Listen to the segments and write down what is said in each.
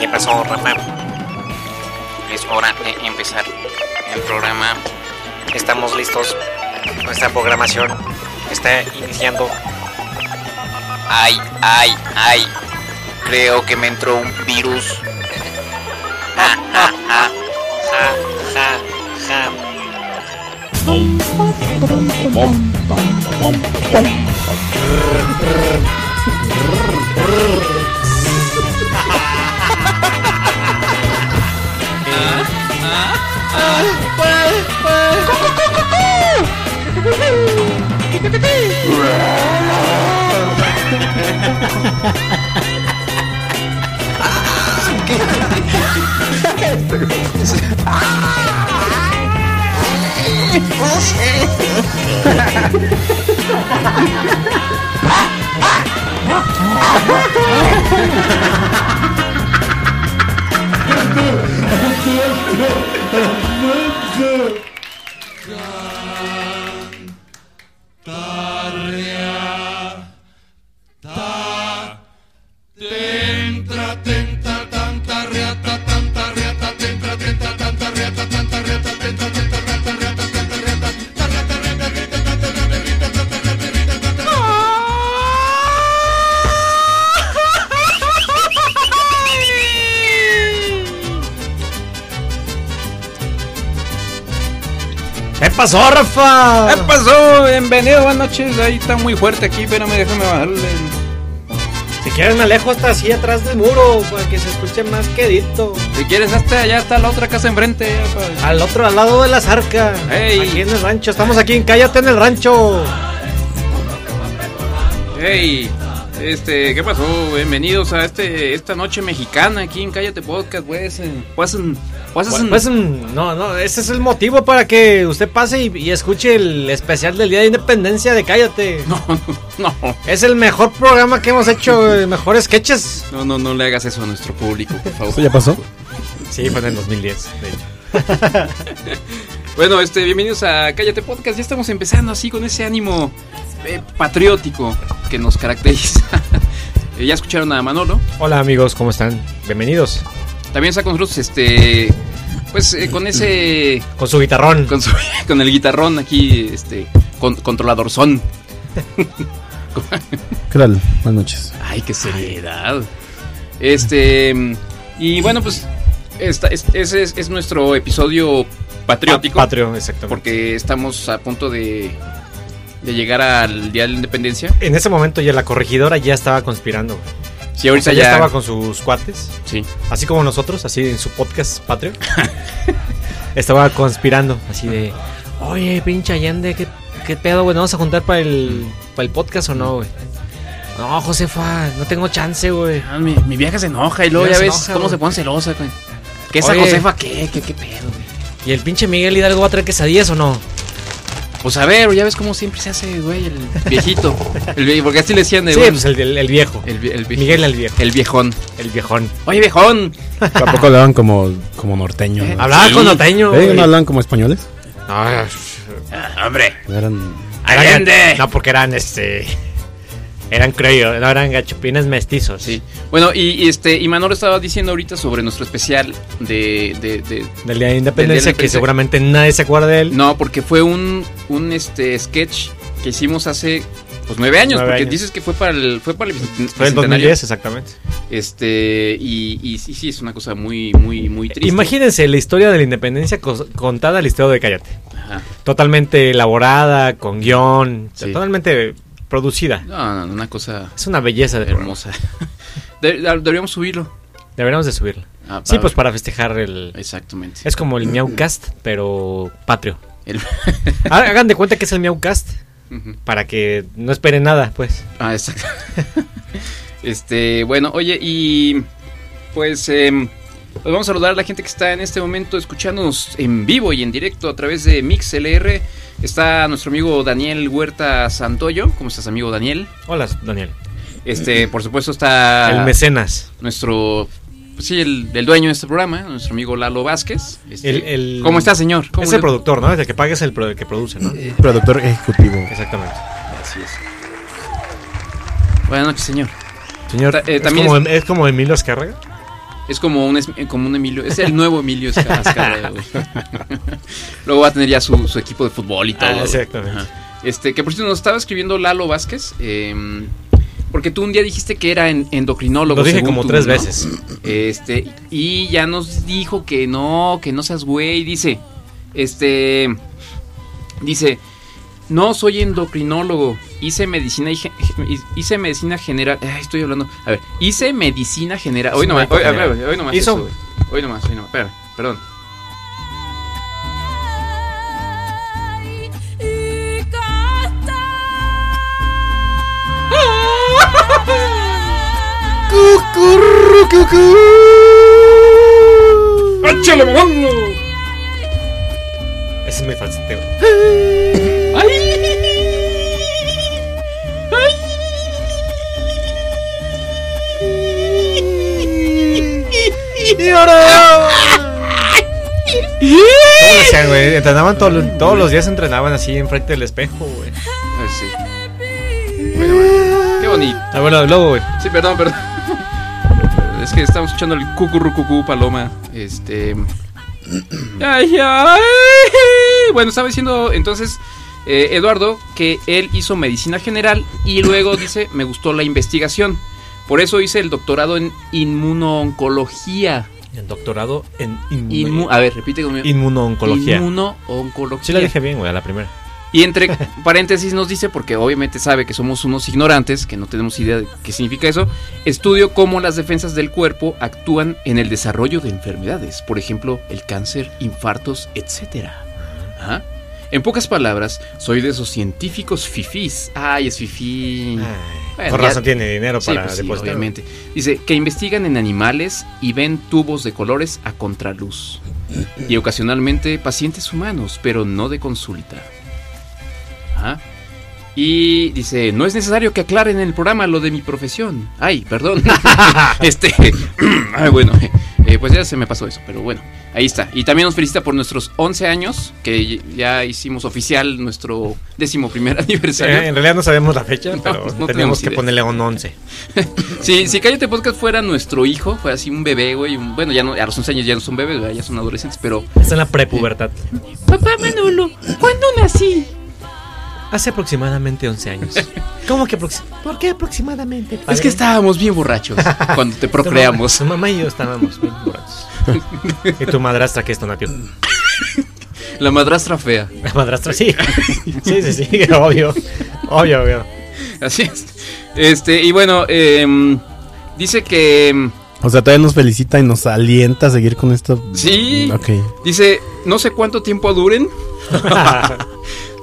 ¿Qué pasó, Rafa? Es hora de empezar el programa. Estamos listos. Nuestra programación está iniciando. Ay, ay, ay. Creo que me entró un virus. Ja, ja, ja. Ja, ja, ja. ¿Qué pasó, Rafa? ¿Qué pues, pasó? Bienvenido, buenas noches. Ahí está muy fuerte aquí, espérame, déjame bajarle. Si quieres me alejo hasta así atrás del muro para que se escuche más quedito. Si quieres, hasta allá está la otra casa enfrente. ya, pa- Al otro, al lado de la zarca. Ey. Aquí en el rancho. Estamos aquí en Cállate en el rancho. Hey, este, ¿qué pasó? Bienvenidos a este esta noche mexicana aquí en Cállate Podcast, pues. eh, Pues, en- pues, en- Pues mm, no, no, ese es el motivo para que usted pase y, y escuche el especial del Día de Independencia de Cállate. No, no, no, Es el mejor programa que hemos hecho, eh, mejores sketches. no, no, no le hagas eso a nuestro público, por favor. ¿Esto ya pasó? Sí, fue en el 2010. Bueno, este, bienvenidos a Cállate Podcast. Ya estamos empezando así con ese ánimo eh, patriótico que nos caracteriza. Eh, ya escucharon a Manolo. Hola amigos, ¿cómo están? Bienvenidos. También está con nosotros, este, pues eh, con ese, Con su guitarrón. con, su- con el guitarrón aquí, este, con, controlador son. ¿Qué tal? Buenas noches. Ay, qué seriedad. Este, y bueno, pues, esta- es- ese es, es nuestro episodio patriótico. Pa- Patrio, exactamente. porque estamos a punto de, de llegar al Día de la Independencia. En ese momento ya la corregidora ya estaba conspirando. güey. Sí, ahorita O sea, ya ya. estaba con sus cuates, Sí. así como nosotros, así en su podcast patrio. estaba conspirando, así de, oye, pinche Allende, ¿qué, qué pedo, güey? ¿Nos vamos a juntar para el, para el podcast o no, güey? No, Josefa, no tengo chance, güey. Ah, mi, mi vieja se enoja y luego Mi ya vieja se ves enoja, cómo güey. se pone celosa. güey. ¿Qué esa Oye. Josefa qué? ¿Qué, qué pedo? güey? ¿Y el pinche Miguel Hidalgo va a traer quesadillas o no? Pues a ver, ya ves cómo siempre se hace, güey, el viejito. El vie- porque así le decían de, Sí, bueno, pues el, el- el viejo. el, vie- el vie- Miguel el viejo. el viejón. El viejón. Oye, viejón. Tampoco hablaban como, como norteño. ¿no? Hablaba Sí. con Noteño. ¿Eh? güey. ¿No hablaban como españoles? Ah, Ah, hombre, Eran... eran- Allende. No, porque eran este. Eran creo, no eran gachupines mestizos. Sí. Bueno, y, y este, y Manolo estaba diciendo ahorita sobre nuestro especial de, de- de- Del Del Día de Día de Independencia, la que Independencia. seguramente nadie se acuerda de él. No, porque fue un, un este sketch que hicimos hace pues nueve años, Nueve porque años. dices que fue para el, fue para el bicent- Fue en bicentenario. 2010, exactamente. Este, y, y sí, sí, es una cosa muy, muy, Eh, muy triste. Imagínense la historia de la independencia cos- contada al historia de Cállate. Ajá. Totalmente elaborada, con guión, Sí. totalmente producida. No, no, no, una cosa Es una belleza de hermosa. De- de- deberíamos subirlo. Deberíamos de subirla. Ah, Sí, pues para festejar el... Exactamente. Es como el Miaucast, pero patrio. El- Ah, Hagan de cuenta que es el Miaucast, Ujú. para que no esperen nada, pues. Ah, exacto. este, bueno, oye, y pues em, pues vamos a saludar a la gente que está en este momento escuchándonos en vivo y en directo a través de MixLR. Está nuestro amigo Daniel Huerta Santoyo. ¿Cómo estás, amigo Daniel? Hola, Daniel. Este, por supuesto, está El mecenas. nuestro. pues sí, el, el dueño de este programa, nuestro amigo Lalo Vázquez. Este, El- el- ¿Cómo está, señor? ¿Cómo Es el le- productor, ¿no? Es el que paga es el, pro- el que produce, ¿no? Productor ejecutivo. Exactamente. Así es. Buenas noches, señor. Señor, Ta- eh, es, Em, también como, es como Emilio Azcárraga. Es como un, es- eh, como un Emilio, es el nuevo Emilio Esca- Azcárraga, güey. Luego va a tener ya su, su equipo de fútbol y todo. Ah, güey. exactamente. Ajá. Este, que por cierto nos estaba escribiendo Lalo Vázquez, eh, porque tú un día dijiste que era en- endocrinólogo. Lo dije según como tú, tres ¿no? veces. Este, y ya nos dijo que no, que no seas güey. Dice, este, dice, no soy endocrinólogo. Hice medicina, y ge- hice medicina general. Ay, estoy hablando. A ver, hice medicina general. Hoy nomás, hoy, a ver, hoy nomás. Hizo- eso, güey. hoy nomás, hoy nomás. Espérame, perdón. y cantar. Ese es mi falsete, güey. ¿Cómo lo hacían, güey? Entrenaban todo- todos los días, entrenaban así enfrente del espejo, güey. A ver, sí. Hoy nomás. Qué bonito. Ah, bueno, luego, güey. Sí, perdón, perdón. Es que estamos escuchando el cucurrucucú paloma. Este. Ay, ay. Bueno, estaba diciendo entonces eh, Eduardo que él hizo medicina general y luego dice: Me gustó la investigación. Por eso hice el doctorado en inmunooncología. El doctorado en Inmu- ah, inmu- a ver, repite conmigo. inmunooncología. Inmunooncología. sí la dije bien, güey, a la primera. Y entre paréntesis nos dice, porque obviamente sabe que somos unos ignorantes, que no tenemos idea de qué significa eso, estudio cómo las defensas del cuerpo actúan en el desarrollo de enfermedades, por ejemplo, el cáncer, infartos, etc. Ajá. En pocas palabras, soy de esos científicos fifís. Ay, es fifí. Ah. Bueno, Con ya- razón tiene dinero Sí, para pues sí, depositar. obviamente. Dice que investigan en animales y ven tubos de colores a contraluz. Y ocasionalmente pacientes humanos, pero no de consulta. Ajá. Y dice, no es necesario que aclaren en el programa lo de mi profesión. Ay, perdón. este, ay, bueno, eh, pues ya se me pasó eso, pero bueno, ahí está. Y también nos felicita por nuestros 11 años, que ya hicimos oficial nuestro décimo primer aniversario. Eh, en realidad no sabemos la fecha, pero no tenemos teníamos que idea. ponerle un 11. Sí, si Cállate Podcast fuera nuestro hijo, fuera así un bebé, güey. un- bueno, ya no, a los 11 años ya no son bebés, ¿verdad? ya son adolescentes, pero. Está en la prepubertad. Papá Manolo, ¿cuándo nací? Hace aproximadamente 11 años. ¿Cómo que aproximadamente? ¿Por qué aproximadamente? Es que estábamos bien borrachos cuando te procreamos. Tu mamá y yo estábamos bien borrachos. y tu madrastra que es Tonatio. La madrastra fea. La madrastra sí. sí, sí, sí, obvio. Obvio, obvio. Así es. Este, y bueno, em, dice que. em, O sea, todavía nos felicita y nos alienta a seguir con esto. Sí. Mm, Ok. Dice, no sé cuánto tiempo duren.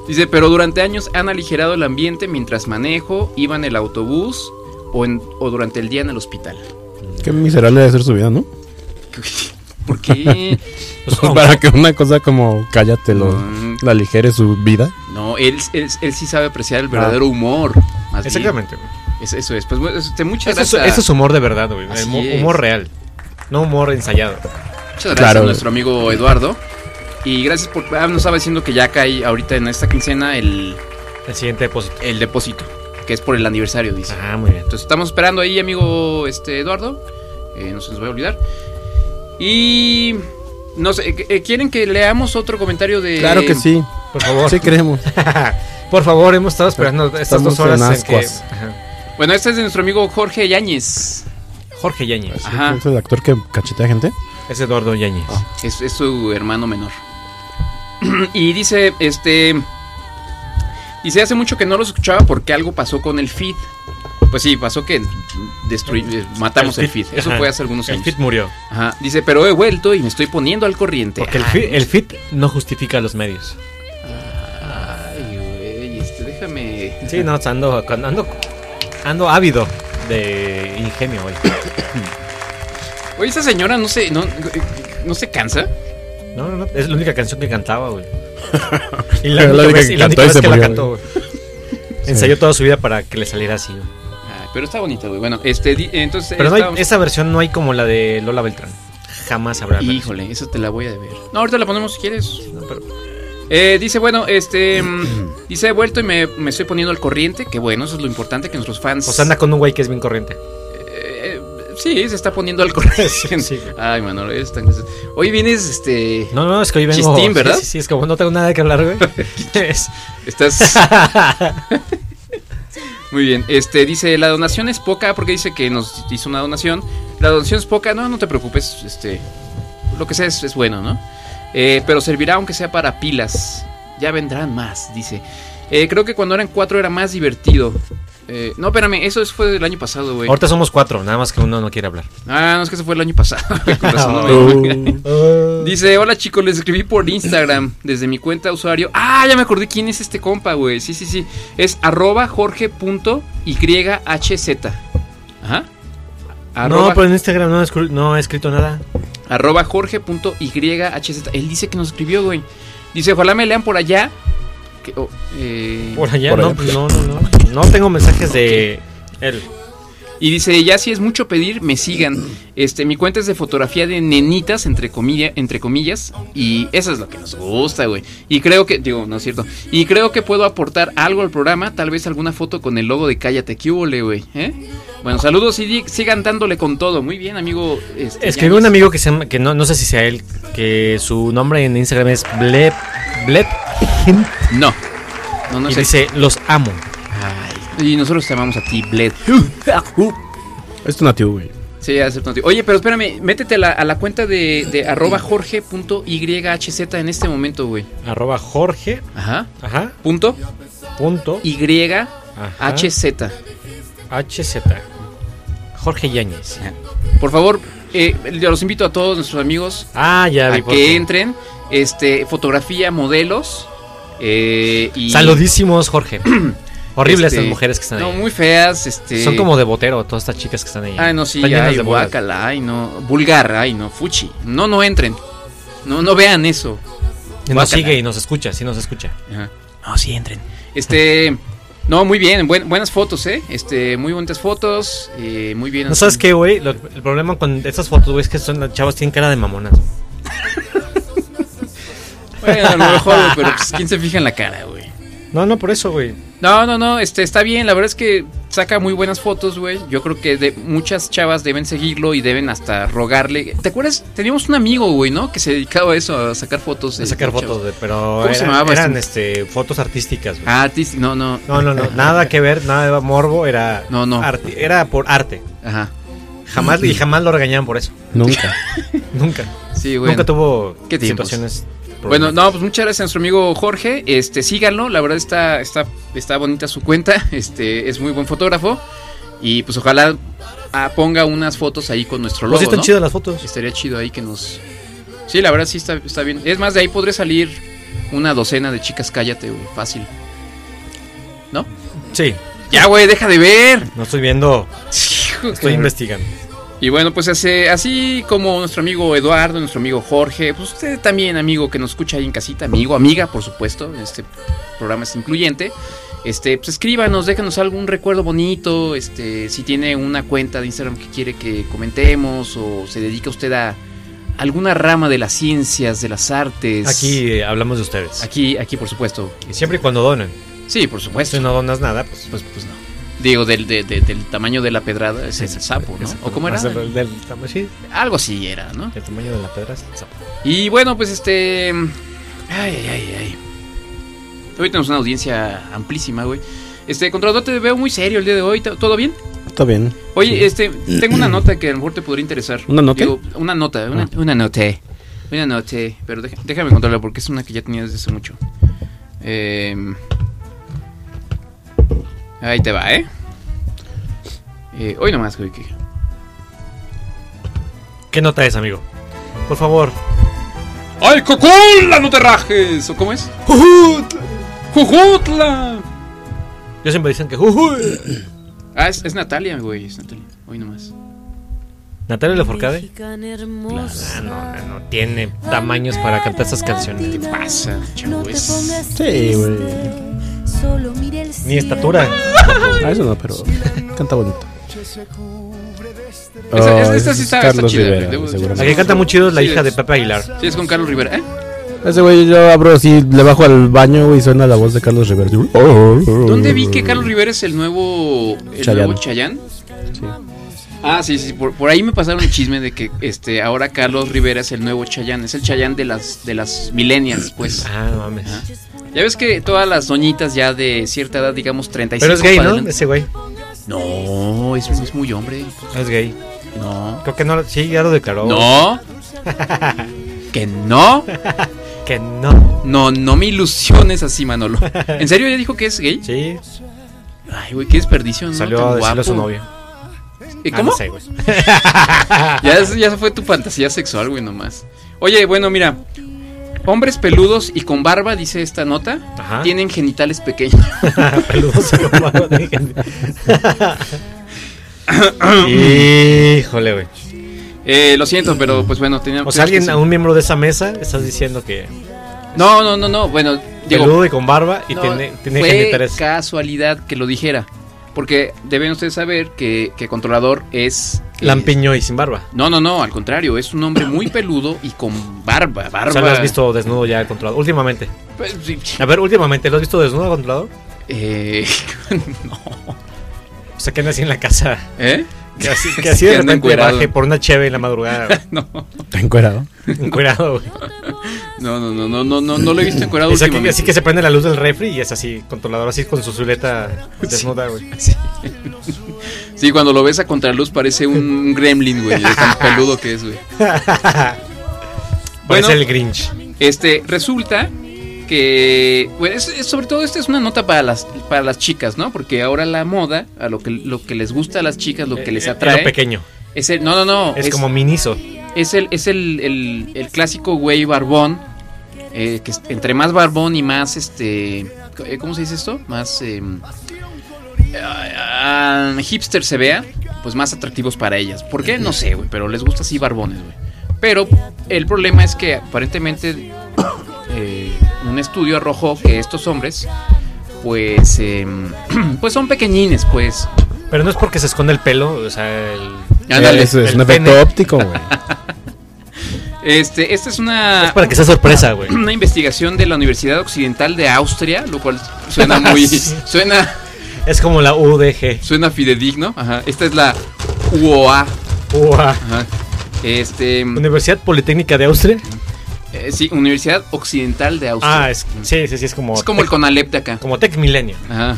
Dice, pero durante años han aligerado el ambiente mientras manejo, iba en el autobús o, en- o durante el día en el hospital. Qué miserable debe ser su vida, ¿no? ¿Por qué? Pues, Para que una cosa como cállate lo, Mm. la aligere su vida. No, él, él, él sí sabe apreciar el verdadero humor. más bien. Ah. Exactamente. Es- eso es. Pues bueno, este, muchas Eso es, gracias. eso es humor de verdad, güey. Así Humor, es. humor real. No humor ensayado. Muchas gracias Claro. a nuestro amigo Eduardo. Y gracias por. Ah, nos estaba diciendo que ya cae ahorita en esta quincena el, El siguiente depósito. el depósito, que es por el aniversario, dice. Ah, muy bien. Entonces estamos esperando ahí, amigo este Eduardo. Eh, no se nos va a olvidar. Y. No sé, eh, eh, ¿quieren que leamos otro comentario de. Claro que sí. Por favor. Sí creemos. Por favor, hemos estado esperando estas Estamos dos horas en en que- ascuas. Ajá. Bueno, este es de nuestro amigo Jorge Yáñez. Jorge Yañez. Ajá. ¿Es el actor que cachetea gente? Es Eduardo Yañez. Es, es su hermano menor. y dice, este... Dice, hace mucho que no los escuchaba porque algo pasó con el feed. Pues sí, pasó que destruí- eh, matamos el feed. Eso ajá. fue hace algunos El años. fit murió. Ajá. Dice, pero he vuelto y me estoy poniendo al corriente. Porque el Ay, fit, el fit no justifica los medios. Ay, güey, este, déjame... Sí, no, ando, ando, ando ávido de ingenio, güey. Oye, esa señora no se, no, no se cansa. No, no, no. Es la única canción que cantaba, güey. Y La la única única vez, que y la única cantó y vez se que la murió, cantó, güey. Ensayó toda su vida para que le saliera así, güey. Ay, pero está bonita, güey. Bueno, este... di- entonces... Pero no hay- estábamos- esa versión no hay como la de Lola Beltrán. Jamás habrá. Híjole, esa te la voy a deber. No, ahorita la ponemos si quieres. versión, pero- Eh, dice, bueno, este. mm, dice, he vuelto y me, me Pues estoy poniendo al corriente. Que bueno, eso es lo importante que nuestros fans. O sea, anda con un güey que es bien corriente. eh, eh, Sí, se está poniendo al Sí, sí. Ay, Manolo, eres tan gracioso. Hoy vienes, este. No, no, es que hoy vengo. Chistín, ¿verdad? Sí, sí, sí, es como no tengo nada que hablar, güey. Es- Estás. Muy bien, este dice, la donación es poca, porque dice que nos hizo una donación. La donación es poca, no, no te preocupes, este, lo que sea es, es bueno, ¿no? Eh, pero servirá aunque sea para pilas. Ya vendrán más, dice. Eh, creo que cuando eran cuatro era más divertido. Eh, no, espérame, eso fue del año pasado, güey. Ahorita somos cuatro, nada más que uno no quiere hablar. Ah, no, es que eso fue el año pasado. Con razón, no me- Dice, hola chicos, les escribí por Instagram desde mi cuenta de usuario. Ah, ya me acordé quién es este compa, güey. Sí, sí, sí. Es arroba jorge.yhz. Ajá. Arroba, No, pues- pero en Instagram no, he escri- no he escrito nada. arroba jorge.yhz. Él dice que nos escribió, güey. Dice, ojalá me lean por allá. Que- oh, eh, Por allá, Por no, allá. no, no, no. No tengo mensajes de él. Y dice, ya si es mucho pedir, me sigan. Este, mi cuenta es de fotografía de nenitas, entre, comilla- entre comillas, y esa es lo que nos gusta, güey. Y creo que, digo, no es cierto. Y creo que puedo aportar algo al programa, tal vez alguna foto con el logo de Cállate Cúbole, güey. ¿eh? Bueno, saludos y di- sigan dándole con todo. Muy bien, amigo. Este, Escribió un Yanis. amigo que se llama, que no, no sé si sea él, que su nombre en Instagram es Bleb, Bleb, No, no, no y sé. dice, los amo. Ay, y nosotros te amamos a ti, Bled. Es tu nativo, güey. Sí, acepto. Oye, pero espérame, métete a la, a la cuenta de, de arroba jorge.yhz en este momento, güey. Arroba Jorge, Ajá. ajá, Punto. punto, YHZ. ajá, HZ. Jorge Yáñez. Por favor, eh, yo los invito a todos nuestros amigos Ah, ya a vi. por que qué. entren. Este, fotografía, modelos. eh, y Saludísimos, Jorge. Horribles este, estas mujeres que están No, ahí. muy feas. Este, Son como de botero, todas estas chicas que están ahí. Ay, Ah, no, sí, Están llenas ay, de bolas. guácala, ay, no. Vulgar, ay, no. Fuchi. No, no entren. No, no vean eso. Y Nos guácala. sigue y nos escucha, sí nos escucha. Ajá. No, sí, entren. Este. No, muy bien, buen- buenas fotos, ¿eh? Este, muy bonitas fotos, eh, muy bien. ¿No sabes qué, güey? Lo- El problema con estas fotos, güey, es que son las chavas tienen cara de mamonas. Bueno, a lo mejor, güey, pero pues, ¿quién se fija en la cara, güey? No, no, por eso, güey. No, no, no, este está bien, la verdad es que saca muy buenas fotos, güey. Yo creo que de, muchas chavas deben seguirlo y deben hasta rogarle. ¿Te acuerdas? Teníamos un amigo, güey, ¿no? Que se dedicaba a eso, a sacar fotos. A sacar fotos, de, pero ¿Cómo se eran- llamaba eran este? Ah. este, fotos artísticas, güey. Artist, no, no. No, no, no, nada que ver, nada de morbo, era No, no. arti- era por arte. Ajá. Jamás y jamás lo regañaban por eso. Nunca. Nunca. Sí, güey. Nunca tuvo ¿Qué tiempos? situaciones. Bueno, no, pues muchas gracias a nuestro amigo Jorge. Este, síganlo, la verdad está, está, está bonita su cuenta. Este, es muy buen fotógrafo. Y pues ojalá ah, ponga unas fotos ahí con nuestro Pues logo. sí están ¿no? chidas las fotos. Estaría chido ahí que nos. Sí, la verdad sí está, está bien. Es más, de ahí podría salir una docena de chicas, cállate, güey. Fácil. Sí, Ya, güey, deja de ver. no estoy viendo, Hijo, estoy cabrón. investigando. Y bueno, pues hace- así como nuestro amigo Eduardo, nuestro amigo Jorge, pues usted también, amigo, que nos escucha ahí en casita, amigo, amiga, por supuesto, este programa es incluyente. Este, pues escríbanos, déjanos algún recuerdo bonito, este, si tiene una cuenta de Instagram que quiere que comentemos o se dedica usted a alguna rama de las ciencias, de las artes. Aquí eh, hablamos de ustedes. aquí, aquí, por supuesto. Siempre y cuando donen. Sí, por supuesto. Si no donas nada, pues. Pues, pues no. Digo, del, de- de- del tamaño de la pedrada es el sapo, ¿no? ¿O cómo era? Del, del tama- sí, Algo así era, ¿no? del tamaño de la pedra. es el sapo. Y bueno, pues este. Ay, ay, ay. Hoy tenemos una audiencia amplísima, güey. Este, Contralor, te veo muy serio el día de hoy. ¿T- ¿Todo bien? Está bien. Oye, este, tengo una nota que a lo mejor te podría interesar. ¿Una nota? Ah. Digo, una nota, una, una nota. Una nota. Pero deja- déjame contarla porque es una que ya tenía desde hace mucho. Em, ahí te va, ¿eh? eh hoy nomás, güey. que- ¿Qué nota es, amigo? Por favor. ¡Ay, Cocula, no te rajes! ¿O cómo es? ¡Jujutla! Yo siempre dicen que. "Jujuy". Ah, es, es Natalia, güey, es Natalia. Hoy nomás. Natalia Laforcade. Mexicana Claro, hermosa. no, no, no tiene tamaños para cantar estas canciones. Pasa, No chavo, te es... pongas Sí, güey. triste, Solo mira el Ni cielo. estatura. A eso no, pero canta bonito. Esa- esa- Ah, esa sí es está- está Carlos chida, Rivera, debo- La seguramente. que canta muy chido es la Sí, hija de es. Pepe Aguilar. Sí, es con Carlos Rivera, ¿eh? Ese güey yo abro así, le bajo al baño y suena la voz de Carlos Rivera. ¿Dónde vi que Carlos Rivera es el nuevo... El Chayanne. nuevo Chayán? Sí. Ah, sí, sí, por, por ahí me pasaron el chisme de que este ahora Carlos Rivera es el nuevo Chayanne, es el Chayanne de las de las millennials, pues. Ah, no mames. Ah. Ya ves que todas las doñitas ya de cierta edad, digamos 35 Pero es gay, para ¿no? adelante- Ese güey. No, es, es muy hombre. Es gay. No. Creo que no. Sí, ya lo declaró. No. que no. Que no. No, no me ilusiones así, Manolo. ¿En serio ya dijo que es gay? Sí, Ay, güey, qué desperdicio, ¿no? salió Tan a decirle a su guapo. novio. ¿Y Ah, cómo? no sé, güey. Ya, es- ya fue tu fantasía sexual, güey, nomás. Oye, bueno, mira. Hombres peludos y con barba, dice esta nota, Ajá. tienen genitales pequeños. Peludos y con barba de gente. Híjole, güey. Eh, lo siento, pero pues bueno, teníamos... O sea, alguien, que- a un miembro de esa mesa, estás diciendo que No, no, no, no, bueno, digo... peludo y con barba y no, tiene, tiene fue genitales. casualidad que lo dijera. Porque deben ustedes saber que, que Controlador es... eh, Lampiño y sin barba. No, no, no, al contrario, es un hombre muy peludo y con barba, barba. O sea, lo has visto desnudo ya controlado. Últimamente. Pues, sí, A ver, últimamente, ¿lo has visto desnudo controlado? eh, no. O sea, que anda así en la casa. ¿Eh? Que así, que así de Que anda repente encuerado. baje por una cheve en la madrugada, güey. No, Está encuerado. Encuerado, Ah, güey. no, no, no, no, no, no, no lo he visto encuerado O sea, que- últimamente. así que se prende la luz del refri y es así, controlador, así con su zuleta desnuda, güey. Sí, cuando lo ves a contraluz parece un gremlin, güey, de tan peludo que es, güey. Parece Bueno. el Grinch. Este, resulta que, bueno, es- es- sobre todo esta es una nota para las, para las chicas, ¿no? Porque ahora la moda, a lo que, lo que les gusta a las chicas, lo que les Eh, eh, atrae, Lo pequeño. es el, no, no, no, Es, como miniso. Es el, es el, el- el clásico güey barbón. eh, que es- entre más barbón y más este. eh, ¿Cómo se dice esto? Más. eh, ah, ah, hipster se vea, pues más atractivos para ellas. ¿Por qué? No sé, güey, pero les gusta así barbones, güey. Pero el problema es que aparentemente eh, un estudio arrojó que estos hombres, pues, eh, pues son pequeñines, pues. Pero no es porque se esconde el pelo, o sea, el. Ándale, Eso es el un efecto pene. óptico, güey. Este, esta es una. Es para que sea sorpresa, güey. una investigación de la Universidad Occidental de Austria, lo cual suena muy suena Es como la UDG. suena fidedigno, ajá. Esta es la UOA, Ua. ajá. Este, Universidad Politécnica de Austria. eh, sí, Universidad Occidental de Austria. Ah, es, sí, sí, sí, es como. es como el CONALEP de acá. Como Tech Milenio. Ajá.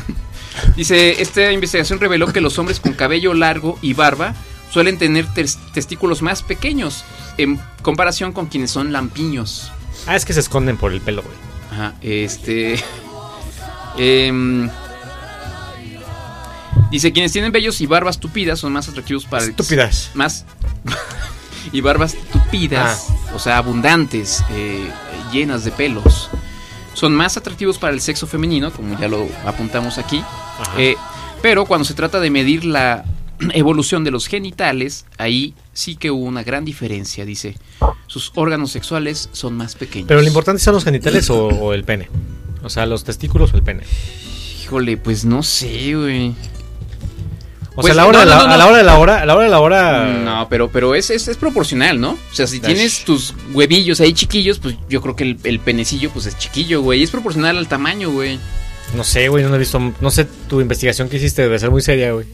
Dice, esta investigación reveló que los hombres con cabello largo y barba suelen tener tes- testículos más pequeños en comparación con quienes son lampiños. Ah, es que se esconden por el pelo, güey. Ajá, este. em, dice: quienes tienen vellos y barbas tupidas son más atractivos para. el- Estúpidas. Más. y barbas tupidas, Ah. o sea, abundantes, eh, llenas de pelos. Son más atractivos para el sexo femenino, como ya lo apuntamos aquí. Ajá. Eh, pero cuando se trata de medir la evolución de los genitales, ahí sí que hubo una gran diferencia, dice. Sus órganos sexuales son más pequeños. Pero lo importante son los genitales o, o el pene. O sea, los testículos o el pene. Híjole, pues no sé, güey. O Pues, sea, a la hora, no, de no, la, no, a la no. hora de la hora, a la hora de la hora. No, pero, pero es, es, es proporcional, ¿no? O sea, si Ah. Dash. tienes tus huevillos ahí chiquillos, pues yo creo que el, el penecillo pues es chiquillo, güey. Es proporcional al tamaño, güey. No sé, güey, no he visto. No sé, tu investigación que hiciste debe ser muy seria, güey.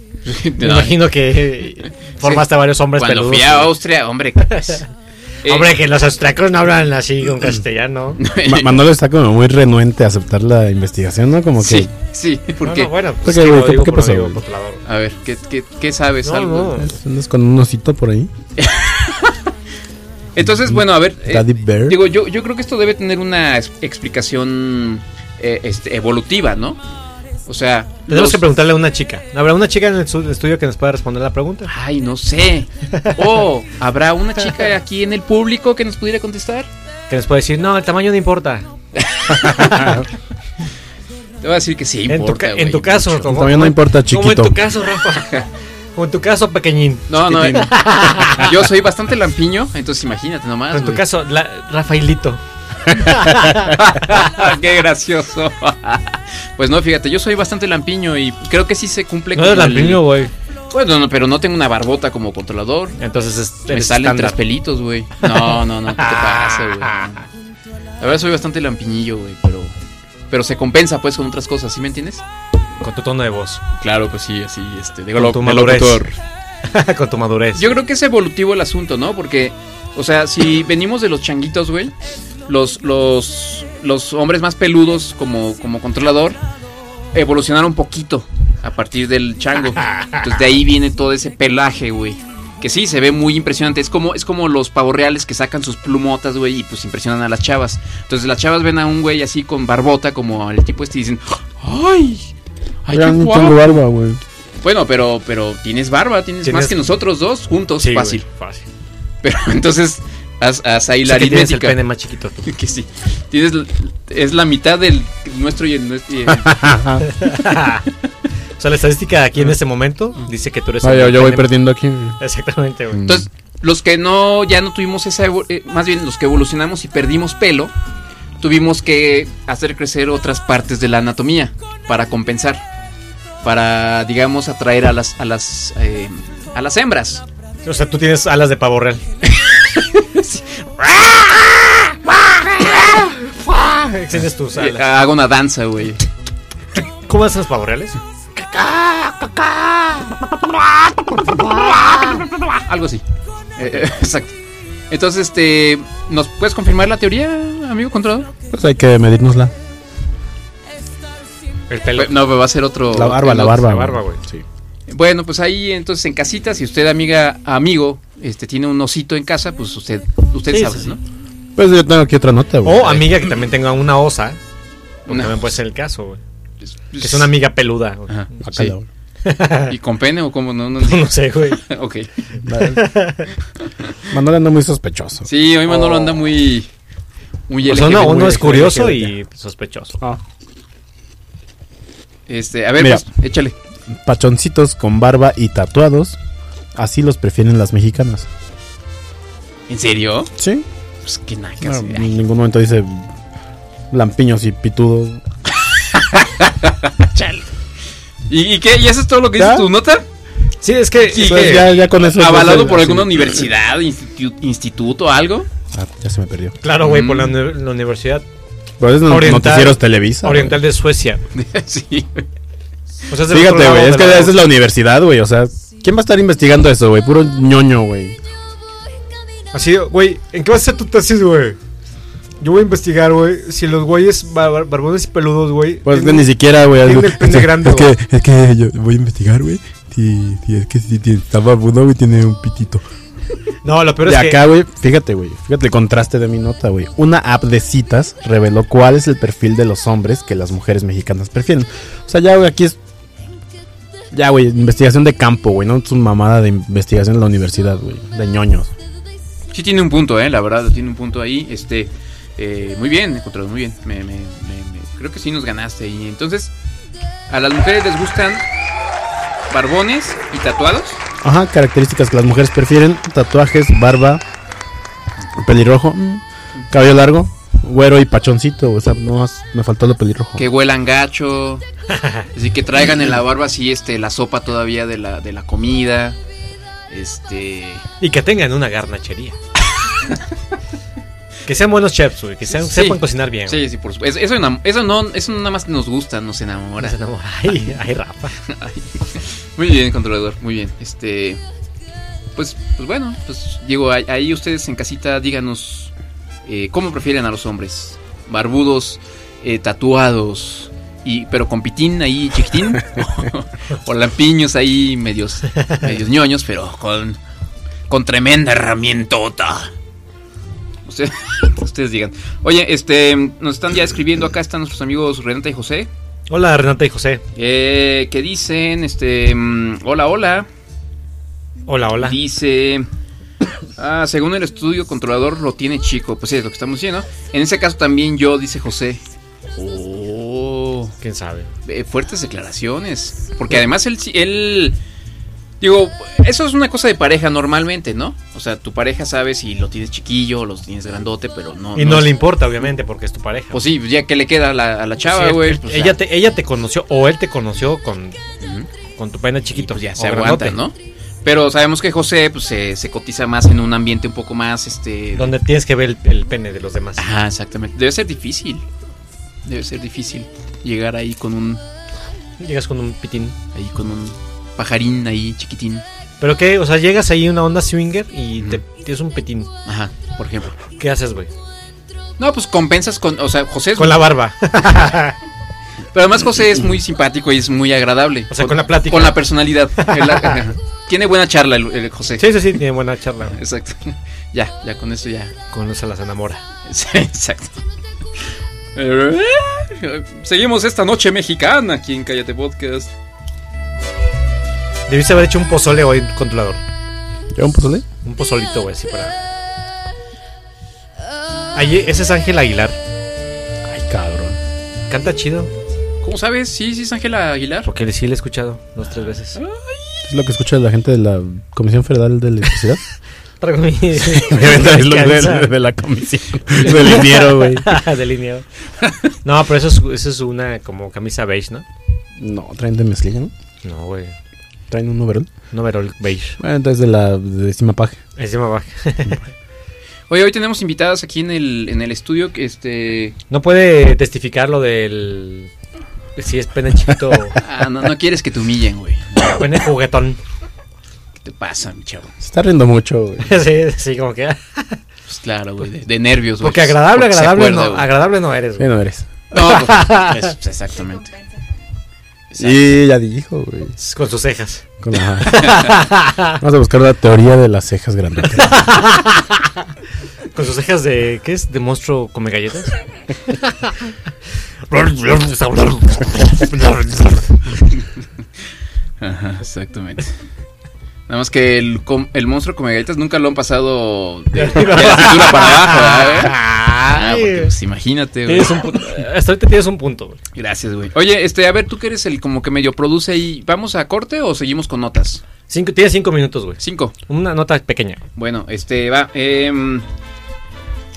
Me imagino que eh, formaste a varios hombres Cuando peludos. fui a güey. Austria, hombre. pues, eh, Hombre, que los austriacos no hablan así con castellano. Ma- Manolo está como muy renuente a aceptar la investigación, ¿no? Como que. sí, sí, No, porque... no, bueno, pues Porque, es que güey, lo ¿qué- digo qué por pasó, amigo güey? controlador. A ver, ¿qué, qué, qué sabes? No, algo? no. Andas con un osito por ahí. Entonces, bueno, a ver... eh, Daddy Bear. Digo, yo, yo creo que esto debe tener una es- explicación eh, este, evolutiva, ¿no? O sea... Tenemos los- que preguntarle a una chica. ¿Habrá una chica en el su- estudio que nos pueda responder la pregunta? Ay, no sé. Oh, ¿habrá una chica aquí en el público que nos pudiera contestar? Que nos pueda decir, no, el tamaño no importa. Te voy a decir que sí En tu importa, ca- en güey, tu caso, mucho. Como- También no importa, chiquito. Como en tu caso, Rafa. Como en tu caso, pequeñín. No, no. eh, Yo soy bastante lampiño, entonces imagínate nomás. Pero en tu Ah, güey. caso, la- Rafaelito. Qué gracioso. pues no, fíjate, yo soy bastante lampiño y creo que sí se cumple No como eres el- lampiño, güey. Bueno, no, pero no tengo una barbota como controlador. Entonces es, Me eres salen tres estándar. pelitos, güey. No, no, no, ¿qué te pasa, güey? La verdad soy bastante lampiñillo, güey, pero pero se compensa pues con otras cosas, ¿sí me entiendes? Con tu tono de voz. Claro, pues sí, así, este, de, Con lo- tu de madurez. locutor. Con tu madurez. Yo creo que es evolutivo el asunto, ¿no? Porque, o sea, si venimos de los changuitos, güey, los, los, los hombres más peludos como, como controlador evolucionaron un poquito a partir del chango. Entonces de ahí viene todo ese pelaje, güey. Que sí, se ve muy impresionante. Es como, es como los pavorreales que sacan sus plumotas, güey, y pues impresionan a las chavas. Entonces las chavas ven a un güey así con barbota, como el tipo este, y dicen, ¡ay! ¡Ay, Ya qué no guapo! tengo barba, güey. Bueno, pero, pero tienes barba, tienes, Tienes- más que nosotros dos juntos, Sí, güey, fácil. fácil. Pero entonces, haz, haz ahí O la sea, que tienes el aritmética. pene más chiquito tú. que sí. Tienes, l- es la mitad del nuestro y el nuestro. y el- O sea, la estadística aquí en este momento dice que tú eres. Ah, el yo, yo voy pene- perdiendo aquí. Exactamente, güey. Entonces, los que no, ya no tuvimos esa, evo- eh, más bien los que evolucionamos y perdimos pelo, tuvimos que hacer crecer otras partes de la anatomía para compensar, para, digamos, atraer a las, a las, eh, a las hembras. O sea, tú tienes alas de pavo real. Extiendes tus Eh, alas. hago una danza, güey. ¿Cómo hacen los pavo reales? Algo así. Eh, eh, exacto. Entonces, este, ¿nos puedes confirmar la teoría, amigo controlador? Pues hay que medírnosla. El pelo. Pues, No, pero va a ser Oh, otro. La barba, la barba. La barba, güey. Sí. Bueno, pues ahí entonces en casita, si usted amiga, amigo, este tiene un osito en casa, pues usted, usted Sí, sabe, sí, sí. ¿no? Pues yo tengo aquí otra nota, güey. Oh, O amiga que también tenga una osa. Una- Pues También puede ser el caso, güey. Que es una amiga peluda, güey. Ajá, Guácala, sí. güey. ¿Y con pene o cómo? No, no, No sé, güey. ok. Manuel anda muy sospechoso. Sí, hoy Manolo anda muy... Muy Pues O sea, uno, LGBT, uno güey. es curioso y sospechoso. Este, a ver, Mira. pues, échale. Pachoncitos con barba y tatuados. Así los prefieren las mexicanas. ¿En serio? Sí. Pues qué No, nacas. güey. en ningún momento dice lampiños y pitudos. ¿Y, y qué? ¿Y eso es todo lo que ¿Ya? dices tu nota? Sí, es que. Sí, Entonces, que- Pues ya, ya con eso. ¿Avalado por alguna algunos universidad, instituto, instituto, algo? Ah, ya se me perdió. Claro, güey, por la, Mm. uni- la Universidad Pero es no- Oriental- noticieros Televisa. güey. Oriental de Suecia. sí. O sea, es del otro Fíjate, lado güey, de es que la- esa es la universidad, güey. O sea, ¿quién va a estar investigando eso, güey? Puro ñoño, güey. Así, güey, ¿en qué vas a hacer tu tesis, güey? Yo voy a investigar, güey, si los güeyes bar- bar- barbones y peludos, güey. Pues tienen- que ni siquiera, güey. tiene algo- el pene es- grande, es, güey. que, es que yo voy a investigar, güey. Si, si es que si, si está babudo, güey, tiene un pitito. No, lo peor de es que. acá, güey, fíjate, güey. Fíjate el contraste de mi nota, güey. Una app de citas reveló cuál es el perfil de los hombres que las mujeres mexicanas prefieren. O sea, ya, güey, aquí es. Ya, güey, investigación de campo, güey. No es una mamada de investigación en la universidad, güey. De ñoños. Sí tiene un punto, eh, la verdad, tiene un punto ahí. Este, eh, muy bien, Control, muy bien. Me, me- me- me- creo que sí nos ganaste. Y entonces, a las mujeres les gustan barbones y tatuados. Ajá, características que las mujeres prefieren: tatuajes, barba, pelirrojo, mm, cabello largo, güero y pachoncito. O sea, no más me faltó lo pelirrojo. Que huelan gacho. Así que traigan en la barba así este la sopa todavía de la, de la comida. Este. Y que tengan una garnachería. que sean buenos chefs, güey. Que sean, Sí. sepan cocinar bien. Sí, sí, por supuesto. Eso, enam- eso no, eso nada más nos gusta, nos enamora. Ahora, no, ay, ay, Rafa. Muy bien, controlador, muy bien. Este. Pues, pues bueno, pues digo, ahí, ahí ustedes en casita díganos eh, cómo prefieren a los hombres. Barbudos, eh, tatuados, y, pero con pitín ahí chiquitín. o, o lampiños ahí medios, medios ñoños, pero con, con tremenda herramientota. Usted- ustedes digan. Oye, este, nos están ya escribiendo, acá están nuestros amigos Renata y José. Hola, Renata y José. Eh, ¿Qué dicen? Este, mm, hola, hola. Hola, hola. Dice, ah, según el estudio controlador lo tiene chico. Pues sí, es lo que estamos diciendo. En ese caso también yo, dice José. Oh, ¿Quién sabe? eh, fuertes declaraciones. Porque además él, sí- él, digo, eso es una cosa de pareja normalmente, ¿no? O sea, tu pareja sabe si lo tienes chiquillo o lo tienes grandote, pero no. Y no es- le importa, obviamente, porque es tu pareja. Pues sí, ya que le queda a la, a la Sí, chava, él- güey. él- pues, ella, ya. te, ella te conoció o él te conoció con, Ujú. con tu pene Y, chiquito. pues ya o se aguanta, grandote, ¿no? Pero sabemos que José pues, se, se cotiza más en un ambiente un poco más este Donde tienes que ver el, el pene de los demás. Ajá, exactamente. Debe ser difícil. Debe ser difícil llegar ahí con un Llegas con un pitín. ahí con un pajarín ahí chiquitín. Pero que, o sea, llegas ahí a una onda swinger y te tienes un petín. Ajá, por ejemplo. ¿Qué haces, güey? No, pues compensas con, o sea, José es Con la barba. Pero además José es muy simpático y es muy agradable. O sea, con la plática. Con la personalidad. Él la- ajá. tiene buena charla el, el José. sí, sí, sí, tiene buena charla. güey. Exacto. Ya, ya con eso ya. Con eso las enamora. Sí, exacto. Seguimos esta noche mexicana aquí en Cállate Podcast. Debiste haber hecho un pozole hoy, controlador. ¿Lleva un pozole? Un pozolito, güey, así para. Allí, ese es Ángel Aguilar. Ay, cabrón. Canta chido. ¿Cómo sabes? Sí, sí, es Ángela Aguilar. Porque sí le he escuchado dos, tres veces. Es lo que escucha la gente de la Comisión Federal de Electricidad. Traigo mi- es lo Descansa. de, de la Comisión del dinero, güey. Ah, Delineado. No, pero eso es, eso es una como camisa beige, ¿no? No, traen de mezclilla, ¿no? No, güey. Traen un overall. No, pero el beige. Bueno, entonces de la de Cimapaje. Encima va. Oye, hoy tenemos invitadas aquí en el, en el estudio que este. No puede testificar lo del. Si es pene chiquito o Ah, no, no quieres que te humillen, güey. pene juguetón. ¿Qué te pasa, mi chavo? Se está riendo mucho, güey. Sí, sí, como que. ah, Pues claro, güey, de, de nervios, güey. Porque agradable, Porque se agradable, acuerda, no, güey. agradable no eres, Sí, güey. no eres. No, pues, es- exactamente. Sí, ya dijo, güey. Con sus cejas. Con la- Vamos a buscar la teoría de las cejas grandes. Con sus cejas de. ¿Qué es? ¿De monstruo come galletas? Ajá, exactamente. Nada más que el, com- el monstruo come galletas nunca lo han pasado de, de la cintura para abajo, ¿verdad, güey? Ah, porque, pues, imagínate, güey. Tienes un punto. Hasta ahorita tienes un punto, güey. Gracias, güey. Oye, este, a ver, tú que eres el como que medio produce ahí. ¿Vamos a corte o seguimos con notas? Cinco, tienes cinco minutos, güey. Cinco. Una nota pequeña. Bueno, este va. em,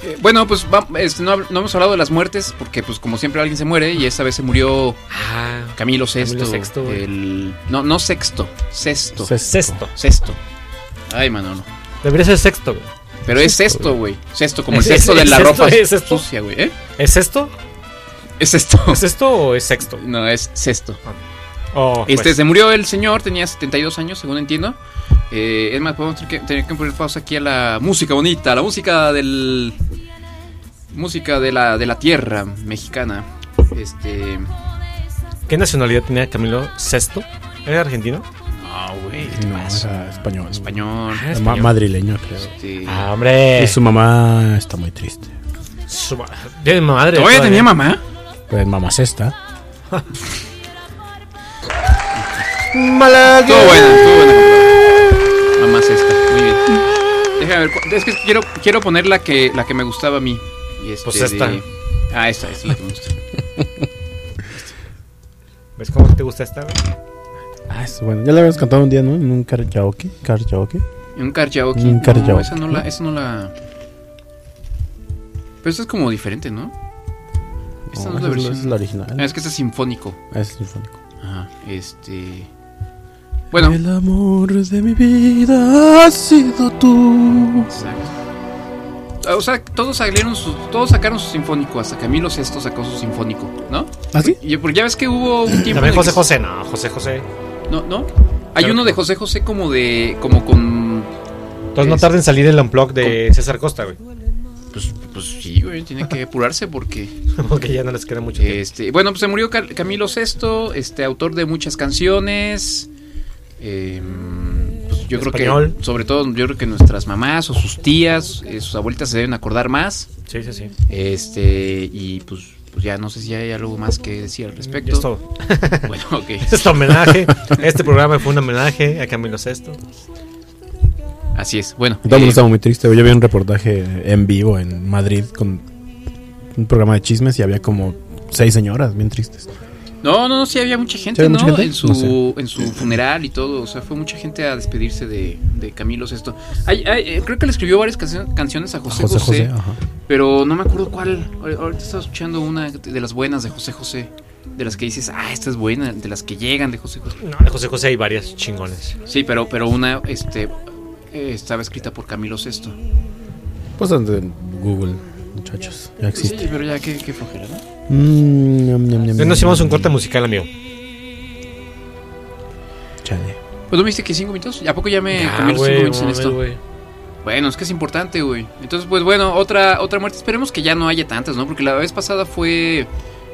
eh, bueno, pues va- este, no, hab- no hemos hablado de las muertes porque, pues, como siempre, alguien se muere y esta vez se murió Ah, Camilo Sexto. Camilo Sexto, güey. el- no, no Sexto. Sexto. Sexto. sexto. Ay, Manolo. Debería ser sexto, güey. Pero es sexto, güey. Sexto, como el Es- sexto es- de la es esto, ropa es esto. sucia, güey. ¿eh? ¿Es sexto? Es esto. ¿Es esto o es sexto? No, es sexto. Oh, Este, pues, se murió el señor, tenía 72 años, según entiendo. Eh, es más, podemos tener que, tener que poner pausa aquí a la música bonita, la música del... Música de la, de la tierra mexicana. Este... ¿Qué nacionalidad tenía Camilo Sexto? ¿Era argentino? No, Ah, güey, ¿qué te No, pasa? era español. Español. Ah, Ma- español. madrileño, creo. Este... Ah, hombre. Y su mamá está muy triste. Su ma- de madre. ¿Todavía tenía todavía. mamá? Pero es Pues, mamá cesta. Todo bueno, todo bueno. Mamá es esta, muy bien. Déjame ver, cu- es que quiero, quiero poner la que, la que me gustaba a mí. Y este Pues esta. de- Ah, esta, esta es la que me gusta. ¿Ves cómo te gusta esta? güey? Ah, es bueno. Ya la habíamos cantado un día, ¿no? En un karaoke. Karaoke. En un karaoke. En un No, karaoke. esa no la, esa no la. Pero esta es como diferente, ¿no? Esta no, No, es la esa versión. es la Ah, original. es que este es sinfónico. Ah, es sinfónico. Ajá. Este. Bueno. El amor de mi vida ha sido tú. Exacto. O sea, todos salieron su, todos sacaron su sinfónico, hasta Camilo Sesto sacó su sinfónico, ¿no? ¿Ah, sí? Y porque ya ves que hubo un tiempo. en el También que José se- José. No, José José. No, no. Hay Claro. uno de José José como de. como con. Entonces no Es- tarda en salir el unplug de César Costa, güey. Pues, pues sí, güey, tiene que apurarse porque. Porque ya no les queda mucho tiempo. Este, bueno, pues se murió Cal- Camilo Sesto, este autor de muchas canciones. eh, pues yo creo Español. que, sobre todo, yo creo que nuestras mamás o sus tías, eh, sus abuelitas se deben acordar más. Sí, sí, sí. Este, y pues, pues ya no sé si hay algo más que decir al respecto. Ya es todo. Bueno, ok, Este homenaje. Este programa fue un homenaje a Camilo Sexto. así es. Bueno, Todo el mundo eh, estaba muy triste. Yo vi un reportaje en vivo en Madrid con un programa de chismes y había como seis señoras bien tristes. no, no, no, sí había mucha gente, ¿Sí había mucha ¿no? gente? En, su, No sé. en su funeral y todo. O sea, fue mucha gente a despedirse de, de Camilo Sesto. Ay, ay, eh, creo que le escribió varias cancio- canciones a José José José, José ajá. Pero no me acuerdo cuál. Ahor- Ahorita estaba escuchando una de las buenas de José José. De las que dices, ah, esta es buena. De las que llegan de José José. No, de José José hay varias chingones. Sí, pero, pero una este, eh, estaba escrita por Camilo Sesto. Pues ande en Google, muchachos. Ya Sí, existe. pero ya, qué, qué flojera, ¿no? Mm, ñam, ñam, ñam, Entonces nos ñam, hicimos un ñam. corte musical, amigo. Chale. Pues no me dijiste que cinco minutos. ¿A poco ya me Ya, comí los güey, cinco minutos en mames, esto? güey. Bueno, es que es importante, güey. Entonces, pues bueno, otra, otra muerte. Esperemos que ya no haya tantas, ¿no? Porque la vez pasada fue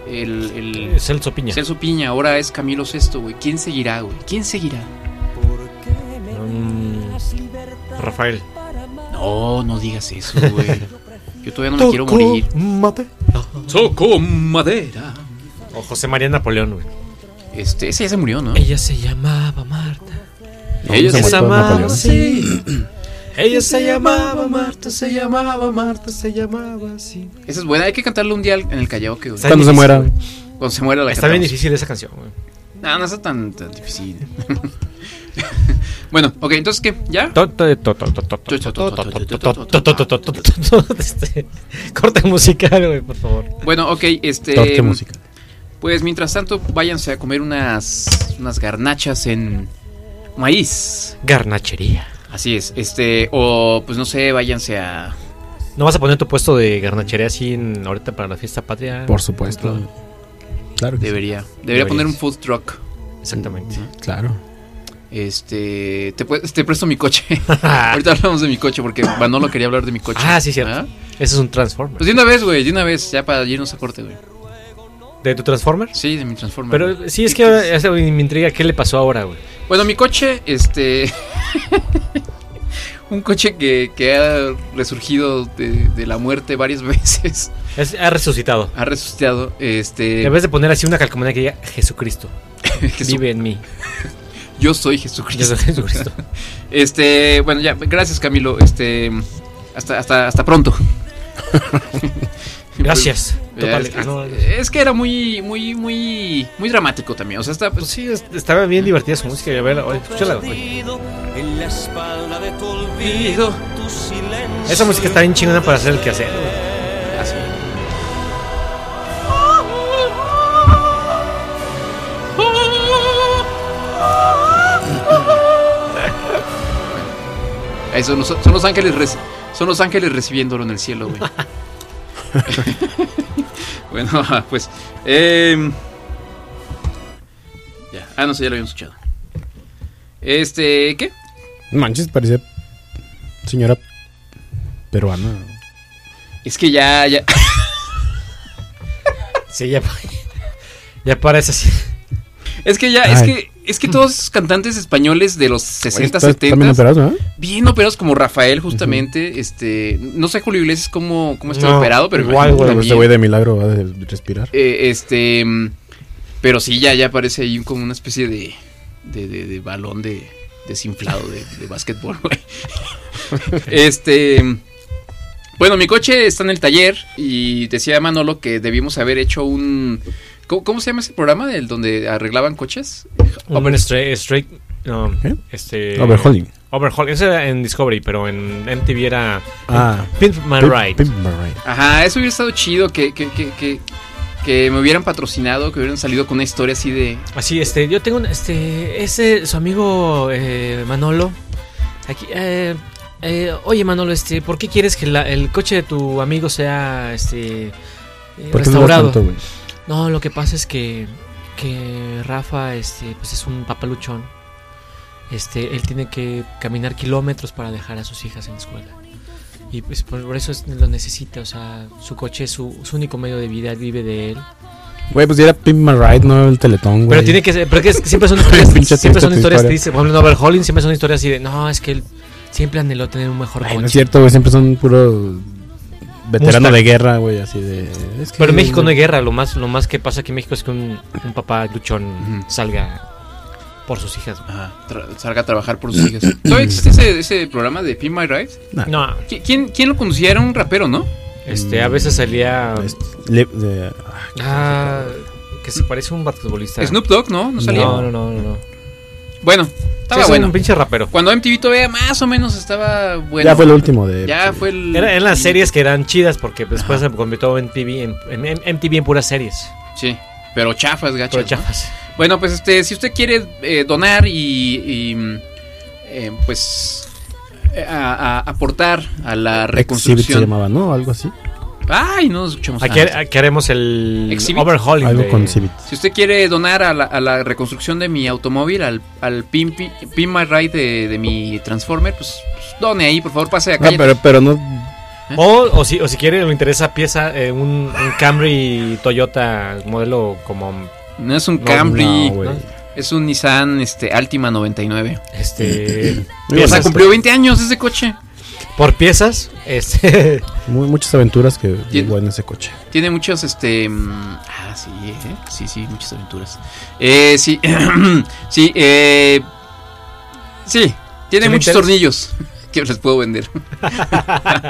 el, el Es el Sopiña. Celso Piña, ahora es Camilo Sesto, güey. ¿Quién seguirá, güey? ¿Quién seguirá? Mm, Rafael. No, no digas eso, güey. Yo todavía no me quiero morir. Mate. Soco madera. O José María Napoleón, güey. Este, ese ya se murió, ¿no? Ella se llamaba Marta. No, Ella se se mató Napoleón. así. Ella se llamaba Marta, se llamaba Marta, se llamaba así. Esa es buena. Hay que cantarle un día al- en el karaoke, güey. Está Cuando se difícil, muera. güey. Cuando se muera la Está bien cantamos. difícil esa canción, güey. No, no está tan, tan difícil. bueno, ok, entonces, ¿qué? ¿Ya? Este, Corte musical, güey, por favor. Bueno, ok, este... Torque música. Pues mientras tanto, váyanse a comer unas, unas garnachas en maíz. Garnachería. Así es, este, o pues no sé, váyanse a... ¿No vas a poner tu puesto de garnachería así en- ahorita para la fiesta patria? Por supuesto. Claro que sí. Debería, debería poner un food truck. Exactamente. Claro. Este, te, pue- te presto mi coche. Ahorita hablamos de mi coche porque Manolo quería hablar de mi coche. Ah, sí, cierto. ¿Ah? Ese es un Transformer. Pues de una vez, güey, de una vez, ya para irnos a corte, güey. ¿De tu Transformer? Sí, de mi Transformer. Pero güey. sí, es que ahora eh, esa me intriga qué le pasó ahora, güey. Bueno, mi coche, este. un coche que, que ha resurgido de, de la muerte varias veces. Es- ha resucitado. Ha resucitado. Este. En vez de poner así una calcomanía que diga Jesucristo, Jesu- vive en mí. yo soy Yo Jesucristo. soy Jesucristo. Este. Bueno, ya. Gracias, Camilo. Este. Hasta, hasta, hasta pronto. Gracias. Ya, Total, ah, es, que, no, es que era muy, muy, muy, muy dramático también. O sea, está. pues sí, es- estaba bien divertida su música. A ver, oye, escúchala, güey. En la espalda de tu olvido, tu silencio. Esa música está bien chingona para hacer el quehacer. güey. así. Ahí son, los, son los ángeles reci- son los ángeles recibiéndolo en el cielo, güey. bueno, pues em, ya, ah no sé, ya lo habíamos escuchado. Este, ¿qué? Manches, parecía señora peruana. Es que ya ya Sí, ya. Ya parece así. es que ya es Ay. que es que todos esos cantantes españoles de los 60, Está- está bien 70 operado, ¿no? bien operados como Rafael justamente, este, no sé Julio Iglesias cómo, cómo está No, operado, pero igual, imagino güey, también, Este güey de milagro va a respirar. eh, este, mm, pero sí ya ya parece ahí como una especie de de, de- de balón de desinflado de, de básquetbol, güey. este, mm, bueno, mi coche está en el taller y decía Manolo que debimos haber hecho un ¿Cómo, cómo se llama ese programa del donde arreglaban coches? Open Straight. straight no, ¿Eh? este, Overhauling. Overhaul. Eso era en Discovery, pero en MTV era Ah. Pimp My Pim- Ride. Pim- Ride. Ajá, eso hubiera estado chido que, que, que, que, que me hubieran patrocinado, que hubieran salido con una historia así de. Así, este, yo tengo un, este, ese, su amigo eh, Manolo, aquí, eh, eh, oye Manolo, este, ¿por qué quieres que la- el coche de tu amigo sea, este, eh, ¿Por qué no lo restaurado? tanto, güey? No, lo que pasa es que, que Rafa este, pues es un papaluchón. Este, él tiene que caminar kilómetros para dejar a sus hijas en la escuela. Y pues por por eso es- lo necesita, o sea, su coche es su, su único medio de vida, él vive de él. Güey, pues ya era Pimp My Ride, no el Teletón, güey. Pero tiene que ser, pero que es- siempre son historias, Pinche siempre triste son tu historias historia. tristes. Por ejemplo, en Overhauling siempre son historias así de, no, es que él siempre anheló tener un mejor Ay, no es coche. cierto, güey, siempre son puro veterano Mustang. de guerra, güey, así de... es que- Pero en México no hay guerra, lo más, lo más que pasa aquí en México es que un, un papá luchón salga por sus hijas. Ajá, tra- salga a trabajar por sus hijas. ¿Todavía existe ese, ese programa de Pin My Ride? Ah. No, ¿Qui- ¿Quién, ¿Quién lo conducía? Era un rapero, ¿no? este, a veces salía Es- le- de- ah, Ah, que se parece a un basquetbolista. Snoop Dogg, ¿no? No salía. No, no, no, no. no. Bueno, Sí, estaba es bueno. un pinche rapero. Cuando MTV todavía más o menos estaba bueno. ya fue el último de... Ya fue el- Era en las series que eran chidas porque después se convirtió en MTV en, en- en MTV en puras series. Sí, pero chafas, gachas. Pero ¿no? chafas. Bueno, pues este, si usted quiere eh, donar y, y, mm, eh, pues eh, a- a- aportar a la Exhibit se reconstrucción llamaba, ¿no? Algo así. Ay, no escuchamos Aquí, nada. aquí haremos el Exhibit. overhauling. Algo de- con Civit. Si usted quiere donar a la, a la reconstrucción de mi automóvil, al, al Pin, Pin- Pin My Ride de, de mi Transformer, pues, pues, done ahí, por favor, pase acá. Ah, pero, pero no. O, o si, o si quiere, le interesa pieza, eh, un, un Camry Toyota modelo como No es un No, Camry, no, güey. es un Nissan este, Altima 99. este Digo, O sea, piezas, cumplió 20 años ese coche. por piezas, este mu- muchas aventuras que Tiene- hubo en ese coche. Tiene muchos, este... mm, Ah, sí, eh, sí, sí, muchas aventuras. Eh, sí, sí, eh... Sí, tiene ¿Sí le muchos interesa? tornillos que les puedo vender.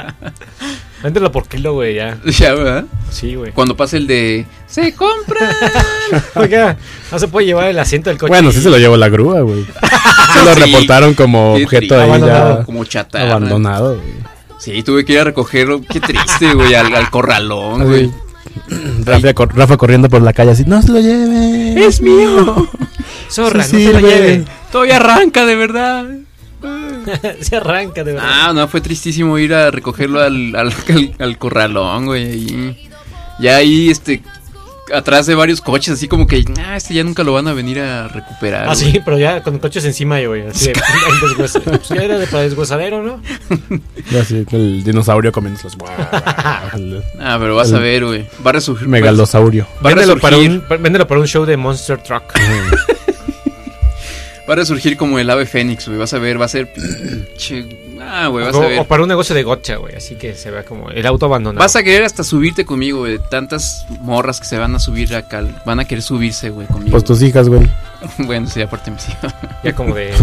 véndelo por kilo, güey, ya. ya, ¿verdad? Sí, güey. Cuando pase el de... ¡Se compra! Oiga, no se puede llevar el asiento del coche. Bueno, sí se lo llevó la grúa, güey. Se lo Sí. reportaron como Qué objeto triste. ahí Abandonado. ya Como chatarra. abandonado. güey. Sí, tuve que ir a recogerlo. Qué triste, güey, al, al corralón, güey. Rafa, cor- Rafa corriendo por la calle así, no se lo lleven. ¡Es mío! Zorra, Sí no te lo sirve. lleve. Todavía arranca, de verdad. se arranca de verdad. Ah, no, fue tristísimo ir a recogerlo al, al, al- al corralón, güey. ahí. Y ahí, este, atrás de varios coches, así como que, ah, este ya nunca lo van a venir a recuperar. Ah, güey". sí, pero ya con coches encima, güey. Así de, el deshuesa- pues ya era de para deshuesadero, ¿no? Y así el dinosaurio comiendo los. el Ah, pero vas a ver, güey. Va a resurgir. pues, megalosaurio. Va a Véndelo para, resurgir. un, véndelo para un show de Monster Truck. Va a resurgir como el ave fénix, güey. Vas a ver, va a ser. pinche- Ah, güey, vas a O, o ver. para un negocio de gotcha, güey. Así que se vea como el auto abandonado. Vas a querer hasta subirte conmigo, güey. Tantas morras que se van a subir acá. Van a querer subirse, güey, conmigo. Pues tus hijas, güey. Bueno, sí, aparte mis hijas. Ya como de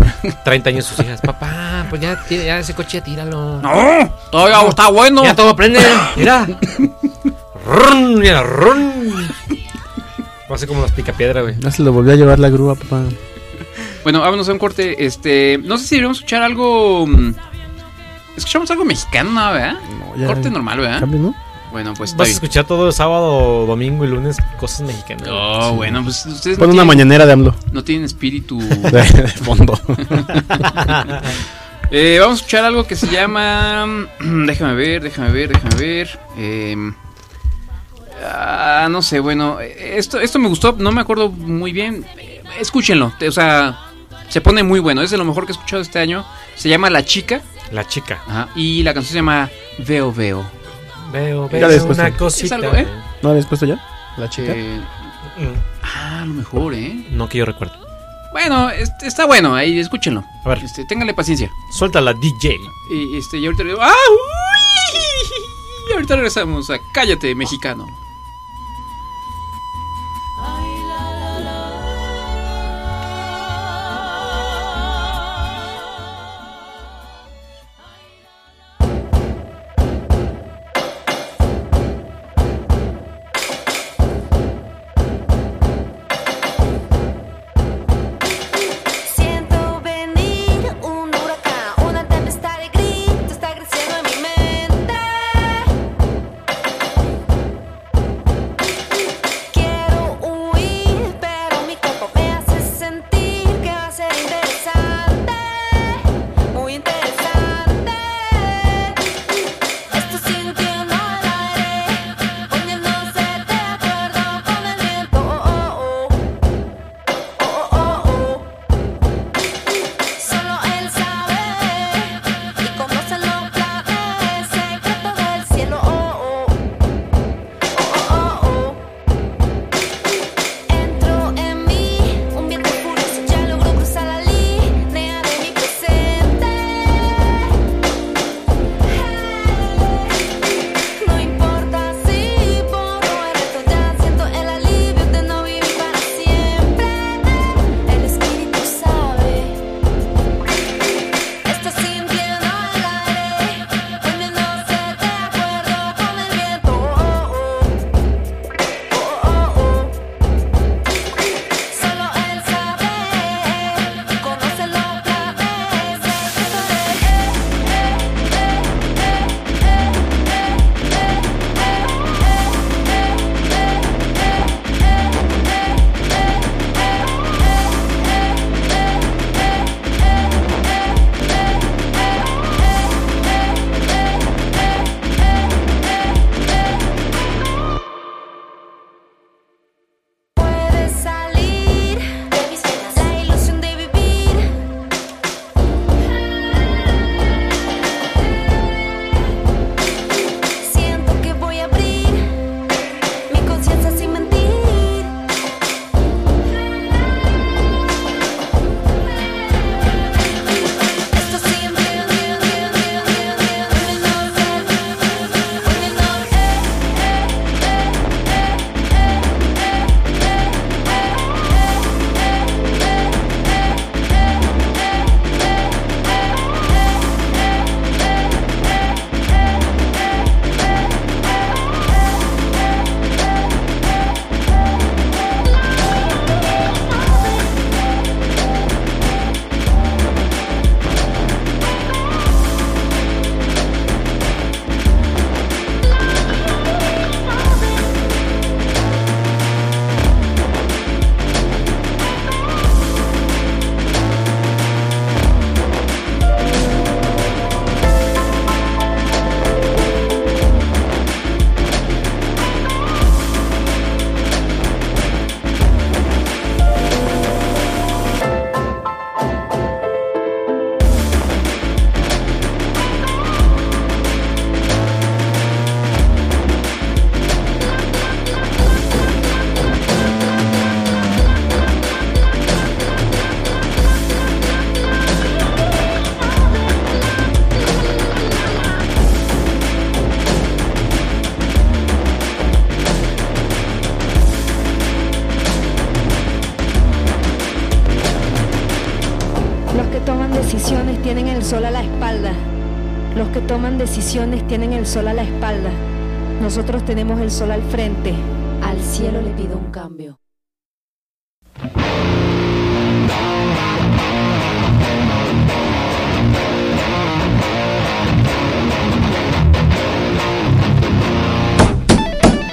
30 años sus hijas. Papá, pues ya, tira- ya ese coche tíralo. ¡No! Todavía está bueno. Ya todo prende. Mira. Run, mira, run. Va a ser como las picapiedra, güey. No se lo volvió a llevar la grúa, papá. Bueno, vámonos a un corte. Este, no sé si deberíamos escuchar algo. mm, Escuchamos algo mexicano, ¿no? ¿verdad? No, ya- corte normal, ¿verdad? Cambio, ¿no? Bueno, pues está Vas a bien. escuchar todo sábado, domingo y lunes cosas mexicanas. Oh, bueno, pues ustedes no Pon una tienen, mañanera de AMLO. no tienen espíritu. De, de fondo. Eh, vamos a escuchar algo que se llama. Déjame ver, déjame ver, déjame ver. Em, ah, no sé, bueno. eh, Esto, esto me gustó, no me acuerdo muy bien. Eh, Escúchenlo, te- o sea, se pone muy bueno. Es de lo mejor que he escuchado este año. Se llama La Chica. La chica. Ajá, y la canción se llama Veo Veo. Veo, Ya veo después una te- cosita. Es algo, ¿eh? ¿No habías puesto ya? La chica. Eh, Mm, ah, a lo mejor, ¿eh? No que yo recuerdo. Bueno, este, está bueno, ahí escúchenlo. A ver. Este, ténganle paciencia. Suéltala, DJ. Y, este, y ahorita le digo, ¡ah! uy! Y ahorita regresamos a Cállate, mexicano. Siento venir un huracán, una tempestad de gritos está creciendo en mi mente. Oh, Oh, Oh, decisiones tienen el sol a la espalda. Los que toman decisiones tienen el sol a la espalda. Nosotros tenemos el sol al frente. Al cielo le pido un cambio.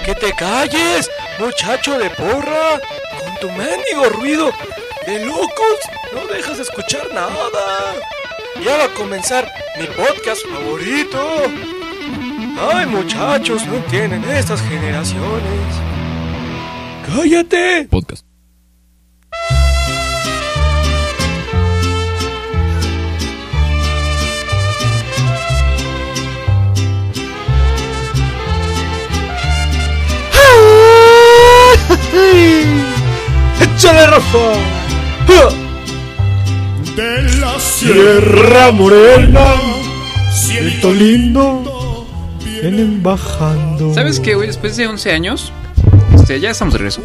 ¡Que te calles, muchacho de porra! ¡Con tu mendigo ruido de locos! ¡No dejas de escuchar nada! ¡Ya va a comenzar mi podcast favorito! ¡Ay, muchachos, no tienen estas generaciones! ¡Cállate! Podcast. ¡Échale, Rafa! De la Sierra Morena, cielito lindo, vienen bajando. ¿Sabes qué, güey? Después de 11 años, este, ya estamos de regreso.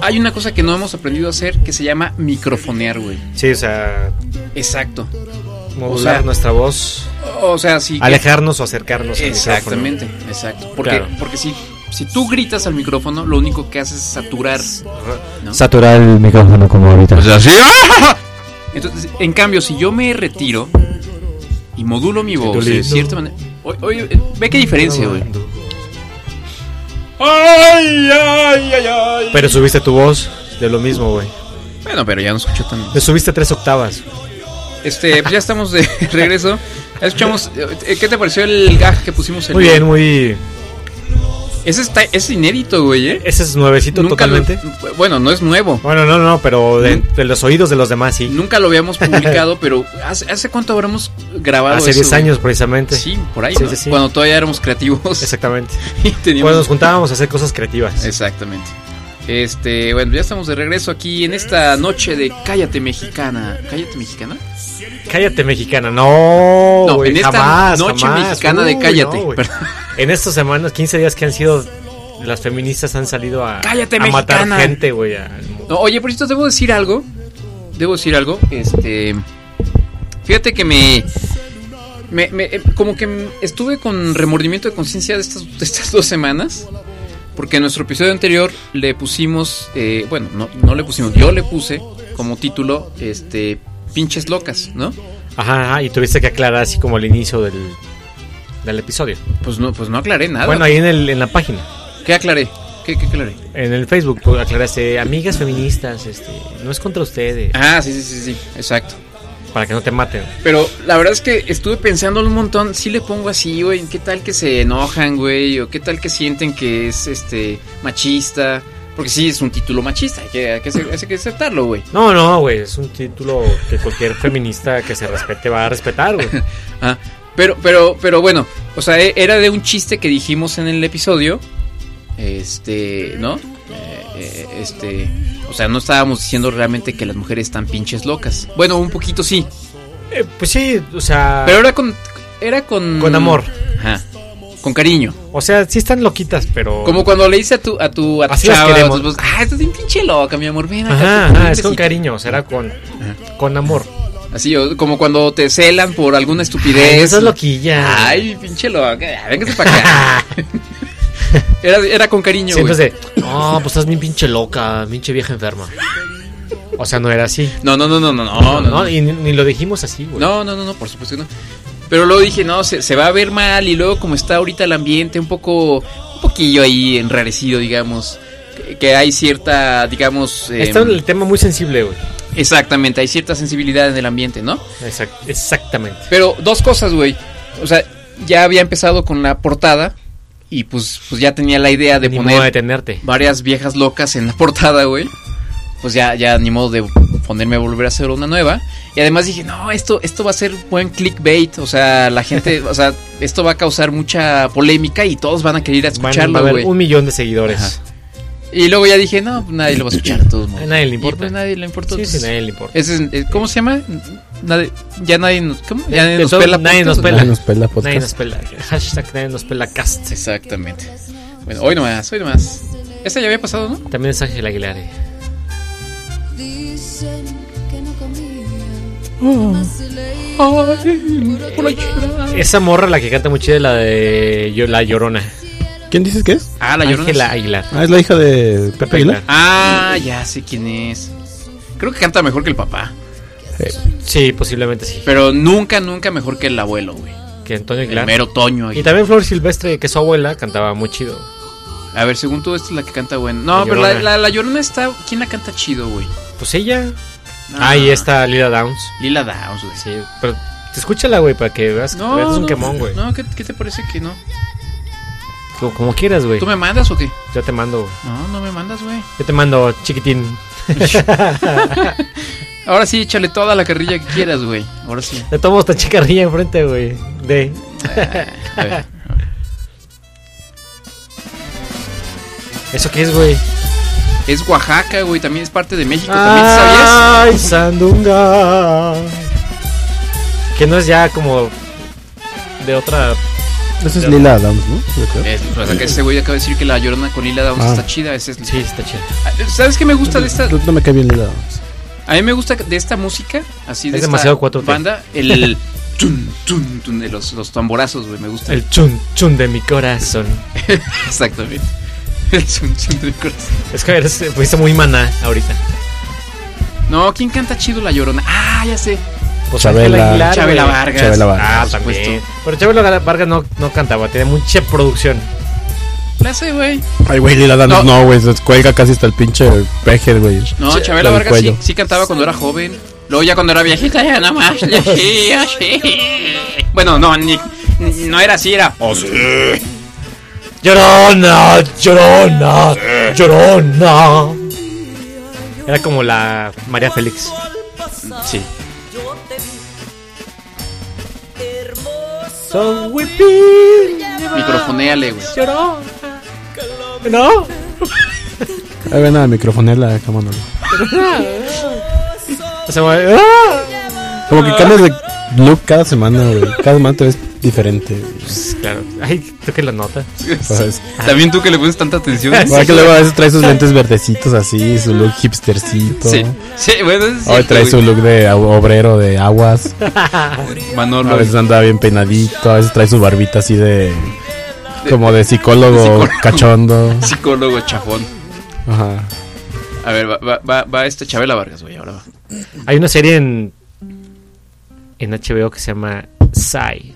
Hay una cosa que no hemos aprendido a hacer que se llama microfonear, güey. Sí, o sea, Exacto. modular O sea, nuestra voz, O sea, sí. alejarnos o acercarnos. al micrófono. Exactamente, exacto. Porque, Claro. porque si, si tú gritas al micrófono, lo único que haces es saturar. ¿no? Saturar el micrófono como ahorita. Pues así. ¡ah! Entonces, en cambio, si yo me retiro y modulo mi voz de cierta manera. Oye, oye, eh, ve qué Ah, diferencia, güey. Ay, ay, ay, ay. Pero subiste tu voz de lo mismo, güey. Bueno, pero ya no escucho tan. Le subiste tres octavas. Este, pues ya estamos de regreso. Ya Escuchamos. eh, ¿Qué te pareció el gag que pusimos el Muy bien, muy. Ese está, es inédito, güey, ¿eh? Ese es nuevecito Nunca lo- totalmente. bueno, no es nuevo. Bueno, no, no, pero de, de los oídos de los demás sí. Nunca lo habíamos publicado, pero ¿hace, hace cuánto habremos grabado Hace eso, 10 güey? años precisamente. Sí, por ahí. Sí, ¿no? sí, sí. Cuando todavía éramos creativos. Exactamente. y teníamos- Cuando nos juntábamos a hacer cosas creativas. Exactamente. Este, bueno, ya estamos de regreso aquí en esta noche de Cállate Mexicana. ¿Cállate Mexicana? Cállate mexicana, no. No, güey, en esta jamás, noche jamás. mexicana de Uy, Cállate. no, güey. Perdón. en estas semanas, 15 días que han sido, las feministas han salido a, Cállate, a matar mexicana. gente, güey. a- No, oye, por cierto, debo decir algo. Debo decir algo. Este. Fíjate que me. me- me- eh, como que m- estuve con remordimiento de conciencia de estas, de estas dos semanas. Porque en nuestro episodio anterior le pusimos. eh, bueno, no, no le pusimos. Yo le puse como título. Este. Pinches locas, ¿no? Ajá, ajá, y tuviste que aclarar así como al inicio del, del episodio. Pues no, pues no aclaré nada. Bueno, ahí en, el, en la página, ¿Qué aclaré? ¿Qué, qué aclaré? en el Facebook, pues, aclaraste, amigas feministas, este, no es contra ustedes, Ah, sí, sí, sí, sí. Exacto. para que no te maten. Pero la verdad es que estuve pensando un montón, si le pongo así, güey, ¿qué tal que se enojan, güey? ¿O qué tal que sienten que es este machista? Porque sí, es un título machista, hay que, hay que, ace- hay que aceptarlo, güey. No, no, güey, es un título que cualquier feminista que se respete va a respetar, güey. Ah, pero, pero, pero bueno, o sea, e- era de un chiste que dijimos en el episodio, este, ¿no? Eh, eh, este, o sea, no estábamos diciendo realmente que las mujeres están pinches locas. Bueno, un poquito sí, Eh, pues sí, o sea, pero mm, era con... Era con... con amor. Ajá, con cariño. O sea, sí están loquitas, pero... Como cuando le dice a tu, a tu, a tu Así las chava, queremos. a tu esposa, ah, estás bien pinche loca, mi amor, ven acá. te pongo Ajá, ajá, un es con besito". cariño, será con, con amor. Así, o como cuando te celan por alguna estupidez. Ay, esa es loquilla. Ay, pinche loca, ah, véngase para acá. era, era con cariño, Siempre es güey. de, no, pues estás bien pinche loca, pinche vieja enferma. O sea, no era así. No, no, no, no, no, no, no, no, Y ni, ni lo dijimos así, güey. no, no, no, por supuesto que no. Pero luego dije, no, se, se va a ver mal y luego como está ahorita el ambiente un poco, un poquillo ahí enrarecido, digamos, que, que hay cierta, digamos... Está em, el tema muy sensible, güey. Exactamente, hay cierta sensibilidad en el ambiente, ¿no? Exact- exactamente. Pero dos cosas, güey. O sea, ya había empezado con la portada y pues, pues ya tenía la idea de ni modo de poner detenerte. varias viejas locas en la portada, güey. Pues ya, ya ni modo de ponerme a volver a hacer una nueva. Y además dije, no, esto, esto va a ser buen clickbait. O sea, la gente, o sea, esto va a causar mucha polémica y todos van a querer ir a Van- va a escucharlo, haber güey. un millón de seguidores. Y luego ya dije, no, pues nadie lo va a escuchar de todos modos. A nadie le Y, importa. pues, nadie le importa. Sí, sí, Pues, nadie le importa. ese es- eh, ¿Cómo se llama? Nadie- ya nadie nos, ¿cómo? Ya nadie Eh, De nos todo, pela. nadie puntos, nos ¿no? pela. Nadie nos pela podcast. Nadie nos pela. Hashtag nadie nos pela cast. Exactamente. Bueno, hoy nomás, hoy nomás. Esta ya había pasado, ¿no? También es Ángel Aguilar. eh. Dicen que no comía Eh, Esa morra la que canta muy chida es la de Yo- La Llorona. ¿Quién dices que es? Ah, la Llorona. Ángela Aguilar. Ah, es la hija de Pepe Aguilar. Ah, ya sé quién es. Creo que canta mejor que el papá. Sí, posiblemente sí. Pero nunca, nunca mejor que el abuelo, güey. Que Antonio El Aguilar. mero Toño. Y también Flor Silvestre, que es su abuela, cantaba muy chido. A ver, según tú, esta es la que canta bueno. No, La pero la, Llorona. la- la llorona está. ¿Quién la canta chido, güey? Pues ella. Ah. Ah, y esta Lila Downs. Lila Downs, güey. Sí, pero te escúchala, güey, para que veas No, que es un no, quemón, güey. No, ¿qué, qué te parece que no? Como, como quieras, güey. ¿Tú me mandas o qué? Yo te mando, güey. No, no me mandas, güey. Yo te mando, chiquitín. Ahora sí, échale toda la carrilla que quieras, güey. Ahora sí. Le tomo esta chicarrilla enfrente, güey. De. A ver. ¿Eso qué es, güey? Es Oaxaca, güey. También es parte de México. Ah, ¿También sabías? Ay, Sandunga. Que no es ya como de otra. Esa es Ya. Lila Adams, ¿no? Yo creo. Es, o sea, que ese güey acaba de decir que la llorona con Lila Downs Ah. está chida. Ese es- Sí, está chido. ¿Sabes qué me gusta de esta? No, no me cae bien Lila Adams. A mí me gusta de esta música, así de Es esta demasiado 4T. banda, el tun, tun, tun de los, los tamborazos, güey, me gusta. El chun chun de mi corazón. Exactamente. El tun, tun del corazón. Es que eres, fuiste muy maná ahorita. No, ¿quién canta chido La Llorona? Ah, ya sé. Pues Chabela. Ángela Aguilar, Chabela güey. Vargas. Chabela Vargas. Ah, por también. supuesto. Pero Chabela Vargas no, no cantaba, tenía mucha producción. La sé, güey. Ay, güey, Lila No. Adams no, güey. se cuelga casi hasta el pinche peje, güey. No, Sí, Chabela del Vargas sí, cuello. sí cantaba cuando era joven. Luego ya cuando era viejita ya nada más. le hacía así. Bueno, no, ni, no era así, era. oh, Llorona, llorona, llorona. Era como la María Félix. Sí. Son whipping, Microfonéale, güey. llorona. No, Ay, ven a microfonela, cómo no. o sea, ah, Como que cambias de look cada semana, güey. Cada semana te ves diferente. güey. claro. Ay, toqué la nota. Pues, También tú que le pones tanta atención. ahora que luego a veces trae sus lentes verdecitos así, su look hipstercito. Sí, sí, bueno, eso es Hoy cierto, trae güey. su look de au- obrero de aguas. Manolo. A veces anda bien peinadito, a veces trae su barbita así de. como de psicólogo, De psicólogo. cachondo. Psicólogo chafón. Ajá. A ver, va, va, va, va este Chabela Vargas, güey, ahora va. Hay una serie en en HBO que se llama Psy.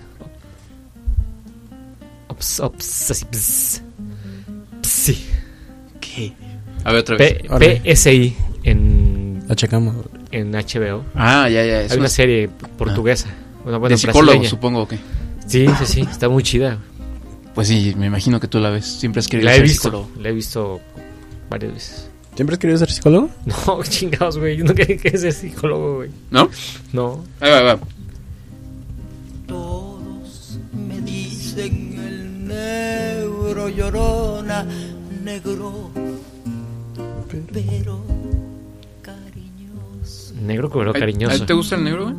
Ops, ops, así, ps. Psi. ¿Qué? A ver, otra vez. P- Órale. PSI en, La checamos. en HBO. ah, ya, ya. Eso Hay una es Ah. serie portuguesa. Bueno, bueno, de psicólogo, brasileña. supongo que. Sí, sí, sí, está muy chida. Pues sí, me imagino que tú la ves. Siempre has querido La he ser visto, psicólogo. la he visto varias veces. ¿Siempre has querido ser psicólogo? No, chingados, güey, yo no quería que ser psicólogo, güey. ¿No? No. Ahí va, ahí va. Todos me dicen el negro llorona, negro, pero cariñoso. Negro pero Ay, cariñoso. ¿a ¿Te gusta el negro, güey?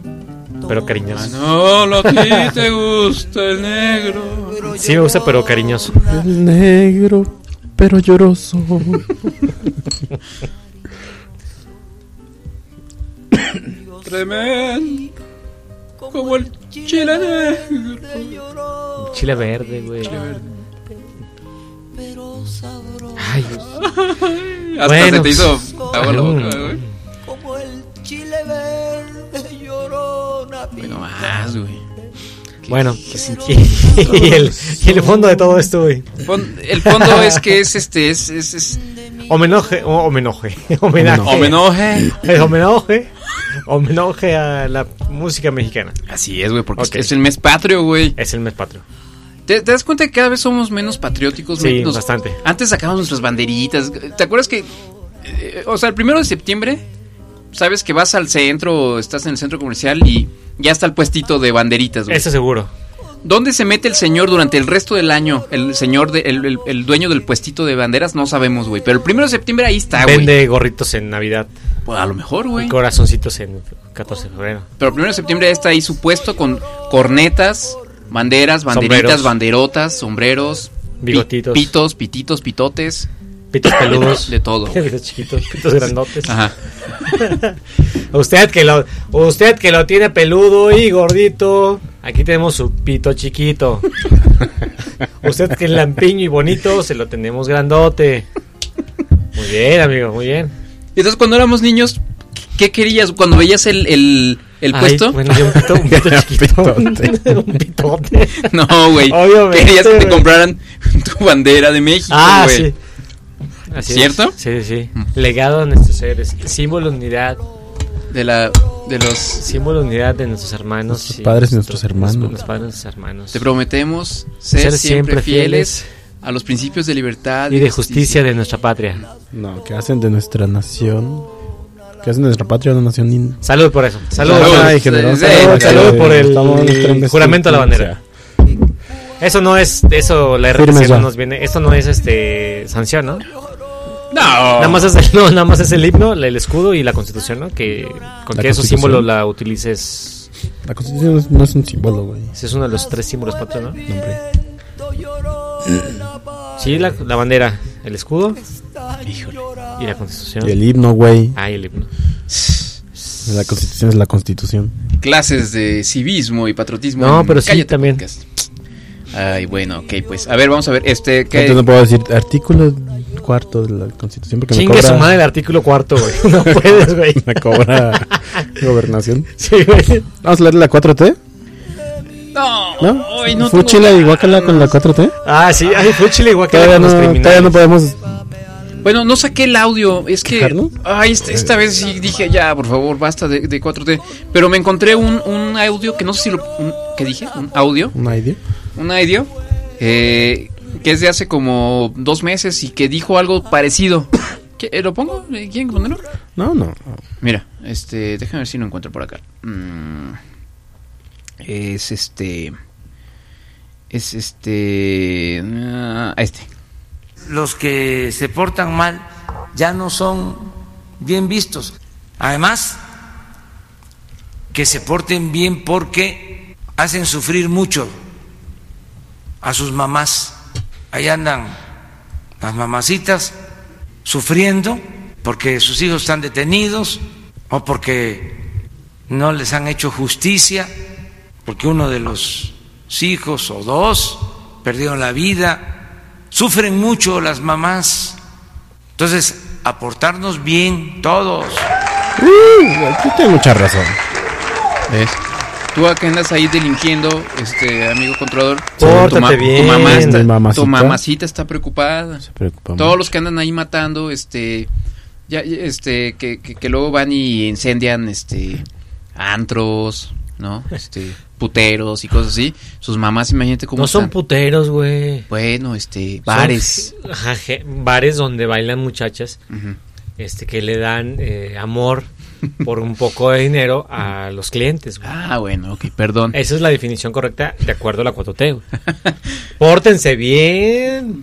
Pero cariñoso. Ah, no, lo a ti te gusta el negro. Negro Sí me gusta, pero cariñoso. llorona, El negro, pero lloroso. Tremendo. Como el chile negro. lloró, Chile verde, güey. pero sabroso Ay, Hasta Bueno, se te hizo pues, agua la mm. boca, güey. como el chile verde, llorona. Bueno, más, güey. bueno. Y, el, y el fondo de todo esto, güey. Fon- El fondo es que es este, es, es, es Homenaje, o- homenaje, homenaje. homenaje. El homenaje. Homenaje a la música mexicana. Así es, güey, porque Ok. es el mes patrio, güey. Es el mes patrio. ¿Te, te das cuenta que cada vez somos menos patrióticos? Sí, güey? Nos- bastante. Antes sacábamos nuestras banderitas. ¿Te acuerdas que, eh, o sea, el primero de septiembre, sabes que vas al centro, estás en el centro comercial y ya está el puestito de banderitas, güey. Eso seguro. ¿Dónde se mete el señor durante el resto del año? El señor, de- el, el- el dueño del puestito de banderas, no sabemos, güey. Pero el primero de septiembre ahí está, Ah, güey. Vende gorritos en Navidad. Pues a lo mejor, güey. Y corazoncitos en 14 de febrero. Pero el primero de septiembre ya está ahí su puesto con cornetas, banderas, banderitas, Sombreros. banderotas, sombreros, pi- Bigotitos. pitos, pititos, pitotes. pitos peludos. De todo, güey. Pitos chiquitos, pitos grandotes. Ajá. usted, que lo, usted que lo tiene peludo y gordito, aquí tenemos su pito chiquito. usted que es lampiño y bonito, se lo tenemos grandote. Muy bien, amigo, muy bien. Y entonces cuando éramos niños, ¿qué querías? Cuando veías el, el, el Ay, puesto. bueno, yo un pito- un pito chiquito. Un pitote. No, güey. Obviamente, Querías que te güey. compraran tu bandera de México, Ah, güey. sí. Así es. ¿Cierto? Mm. Sí, sí. Legado de nuestros seres, símbolo de unidad. De la de los símbolo de unidad de nuestros hermanos, Nuestros padres y nuestros hermanos. Los padres de nuestros hermanos. Te prometemos ser, Ser siempre, siempre fieles, a los principios de libertad y de justicia de nuestra patria. No, que hacen de nuestra nación. Que hacen de nuestra patria una nación. in- Salud por eso. Salud. Salud. Ay, salud, generoso. salud, Salud. por el, Estamos en nuestra el juramento a la investidura. bandera. Eso no es, eso la Firmes RTC no ya. nos viene, eso no es este sanción, ¿no? No. Nada Nada más es el, no, nada más es el himno, el escudo y la constitución, ¿no? Que con La que esos Constitución. símbolos la utilices. La constitución no es- no es un símbolo, güey. Ese es uno de los tres símbolos patrios, ¿no? Sí, la, la bandera, el escudo y la constitución. Y el himno, güey. Ah, y el himno. La constitución es la constitución. clases de civismo y patriotismo. No, en pero sí, Cállate también. Podcast. Ay, bueno, ok, pues. A ver, vamos a ver. Este, ¿qué? Entonces no puedo decir artículo cuarto de la constitución porque me Chingue cobra. su madre el artículo cuarto, güey. No puedes, güey. Me cobra gobernación. Sí, güey. Vamos a hablar de la 4T. No, ¿No? hoy no ¿Fue tengo Chile y guacala con la 4T? Ah, sí, ay, fue chile igual que Todavía no, los criminales. todavía no podemos. Bueno, no saqué el audio, es que... ¿Dejarlo? Ay, esta, esta vez sí dije, ya, por favor, basta de, de 4T. Pero me encontré un, un audio que no sé si lo... un- ¿Qué dije? ¿Un audio? ¿Una idea? Un audio eh, que es de hace como dos meses y que dijo algo parecido. ¿Qué, eh, ¿Lo pongo? Eh, ¿Quieren ponerlo? No, no. Mira, este, déjame ver si lo encuentro por acá. Mm, es este... Es este... ah, este. los que se portan mal ya no son bien vistos. Además, que se porten bien porque hacen sufrir mucho a sus mamás. Ahí andan las mamacitas sufriendo porque sus hijos están detenidos o porque no les han hecho justicia, porque uno de los hijos o dos perdieron la vida sufren mucho las mamás. Entonces, aportarnos bien todos. Uh, tú tienes mucha razón. ¿Ves? Tú que andas ahí delinquiendo, este amigo controlador. Pórtate tu, ma- bien, tu mamá está, mi mamacita. tu mamacita está preocupada. preocupa Todos los que andan ahí matando, este, ya, este, que, que- que luego van y incendian, este, antros, ¿no? Este, puteros y cosas así. Sus mamás, imagínate cómo No son están. puteros, güey. Bueno, este, bares. Son, ajá, je- bares donde bailan muchachas Ujú. este que le dan eh, amor por un poco de dinero a los clientes, güey. Ah, bueno, ok, perdón. Esa es la definición correcta de acuerdo a la 4T. güey. Pórtense bien.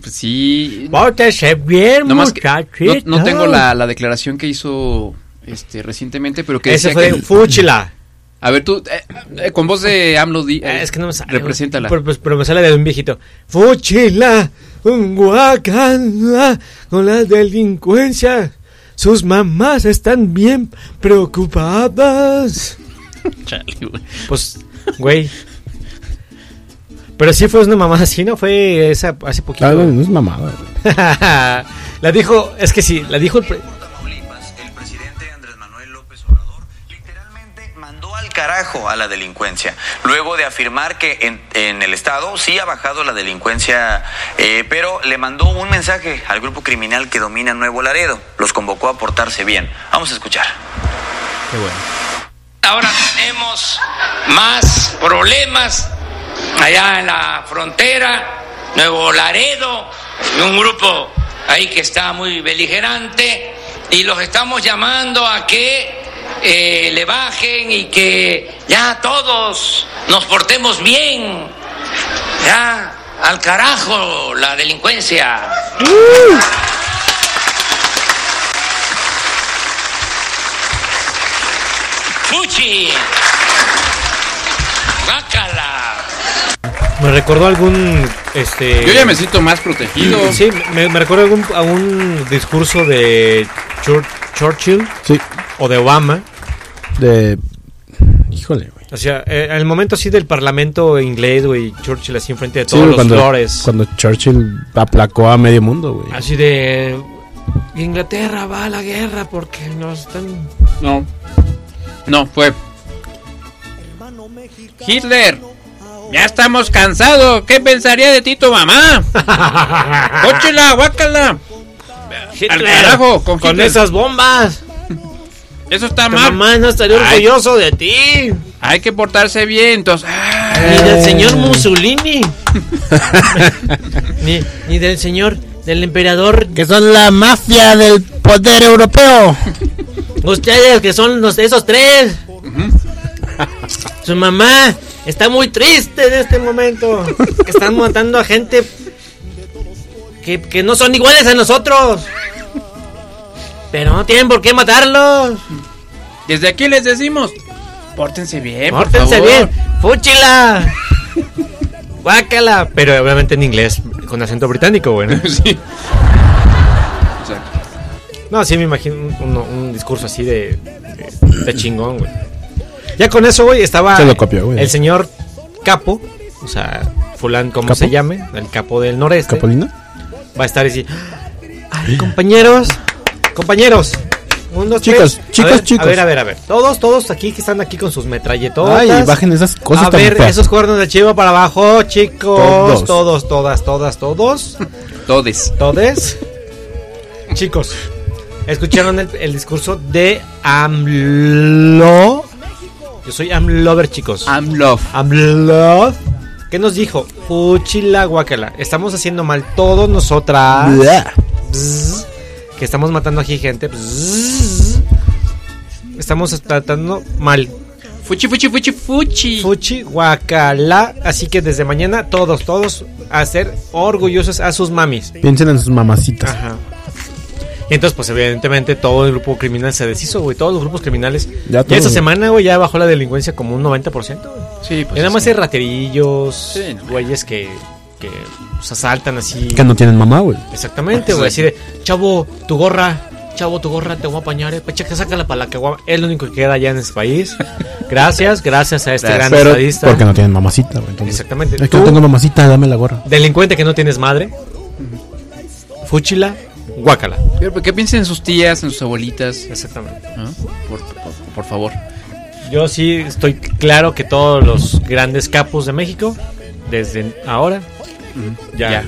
Pues sí. Pórtense bien, No más que- no, muchachos. no tengo la, la declaración que hizo este recientemente, pero que Ese decía fue que- fúchila. A ver, tú, eh, eh, con voz de AMLO, di- eh, es que no me sale. güey. represéntala. Pero, pues, pero me sale de un viejito. Fúchila, un guacala, con la delincuencia. Sus mamás están bien preocupadas. Pues, güey. Pero sí fue una mamada así, ¿no? Fue esa, hace poquito. Ah, no, no es mamada. güey. la dijo, es que sí, la dijo el... pre- al carajo a la delincuencia. Luego de afirmar que en, en el Estado sí ha bajado la delincuencia, eh, pero le mandó un mensaje al grupo criminal que domina Nuevo Laredo. Los convocó a portarse bien. Vamos a escuchar. Qué bueno. Ahora tenemos más problemas allá en la frontera, Nuevo Laredo, y un grupo ahí que está muy beligerante y los estamos llamando a que eh, le bajen y que ya todos nos portemos bien, ya al carajo la delincuencia. ¡Fuchi! ¡Bácala! Me recordó algún Este, Yo ya me siento más protegido. Sí, me, me recuerda algún- a un discurso de Chur- Churchill o de Obama. De. Híjole, güey. O sea, eh, en el momento así del parlamento inglés, güey, Churchill así enfrente de Sí, todos los cuando, flores. cuando Churchill aplacó a medio mundo, güey. Así de... Inglaterra va a la guerra porque nos están... No. No, fue. Hitler. Ya estamos cansados. ¿Qué pensaría de ti tu mamá? ¡Cóchela, guácala! ¡Al carajo! Con, Con Hitler. esas bombas. Eso está Tu mal. mamá no estaría Ay. orgulloso de ti. Hay que portarse bien, entonces. ah, Ni del señor Mussolini. ni, ni del señor, del emperador. Que son la mafia del poder europeo. Ustedes que son los- esos tres. Su mamá está muy triste en este momento. Que están matando a gente que, que no son iguales a nosotros. Pero no tienen por qué matarlos. Desde aquí les decimos: pórtense bien, por Eh, Pórtense favor. bien. ¡Fúchila! ¡Guácala! Pero obviamente en inglés, con acento británico, bueno. sí. No, sí me imagino un, un- un discurso así de, de, de chingón, güey. Ya con eso, güey, estaba Se lo copió, güey. el señor Capo, o sea, fulán, como ¿Capo? se llame, el capo del noreste. ¿Capolino? Va a estar así. Ay, compañeros, compañeros. Un, dos, Chicos, tres. A chicos, ver, chicos. A ver, a ver, a ver. Todos, todos aquí que están aquí con sus metralletotas. Ay, bajen esas cosas A tan ver, feas. esos cuernos de chivo para abajo, chicos. Todos. Todos, todas, todas, todos. Todes. Todes. Chicos, ¿escucharon el, el discurso de AMLO? Yo soy AMLOver, chicos. AMLOV. AMLOV. ¿Qué nos dijo? Fuchila guacala. Estamos haciendo mal todos nosotras. Bla. Bzz. que estamos matando aquí gente. Bzz. estamos tratando mal. Fuchi, fuchi, fuchi, fuchi. Fuchi guacala. Así que desde mañana todos, todos a ser orgullosos a sus mamis. Piensen en sus mamacitas. Ajá. Y entonces, pues evidentemente todo el grupo criminal se deshizo, güey. Todos los grupos criminales. Ya Ya, todo, esta güey. semana, güey, ya bajó la delincuencia como un 90%. güey. Sí, y Pues, nada más hay raterillos, Sí, no. güeyes que, que pues, asaltan así. Que no tienen mamá, güey. Exactamente, güey. Así de, chavo, tu gorra. Chavo, tu gorra, te voy a apañar. eh. Pecha, que sácala para la que guama. Es lo único que queda ya en ese país. Gracias, gracias a este gran Pero estadista. porque no tienen mamacita, güey. entonces. Exactamente. Es que Tú- no tengo mamacita, dame la gorra. Delincuente que no tienes madre. Fúchila, guácala. Pero ¿por qué piensen en sus tías, en sus abuelitas? Exactamente. Por, por- por favor. Yo sí estoy claro que todos los grandes capos de México, desde ahora, ya,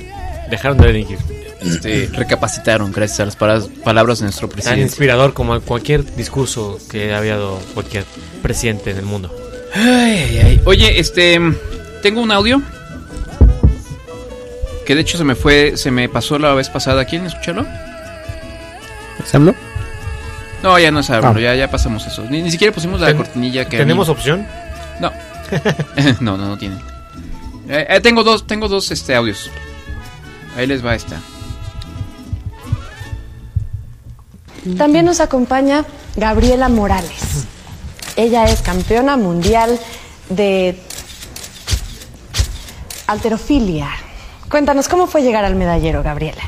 dejaron de delinquir. Este, recapacitaron gracias a las paras- palabras de nuestro Tan presidente. inspirador como cualquier discurso que había dado cualquier presidente en el mundo. Ay, ay, ay. Oye, este, tengo un audio que de hecho se me fue, se me pasó la vez pasada. ¿Quieren escucharlo? ¿Se habló? No, ya no es árbol, Ah. ya, ya pasamos eso. Ni, ni siquiera pusimos la Ten- cortinilla que. ¿Tenemos a mí- opción? No. no, no, no tiene. Eh, eh, tengo dos, tengo dos este, audios. Ahí les va esta. También nos acompaña Gabriela Morales. Ella es campeona mundial de alterofilia. Cuéntanos, ¿cómo fue llegar al medallero, Gabriela?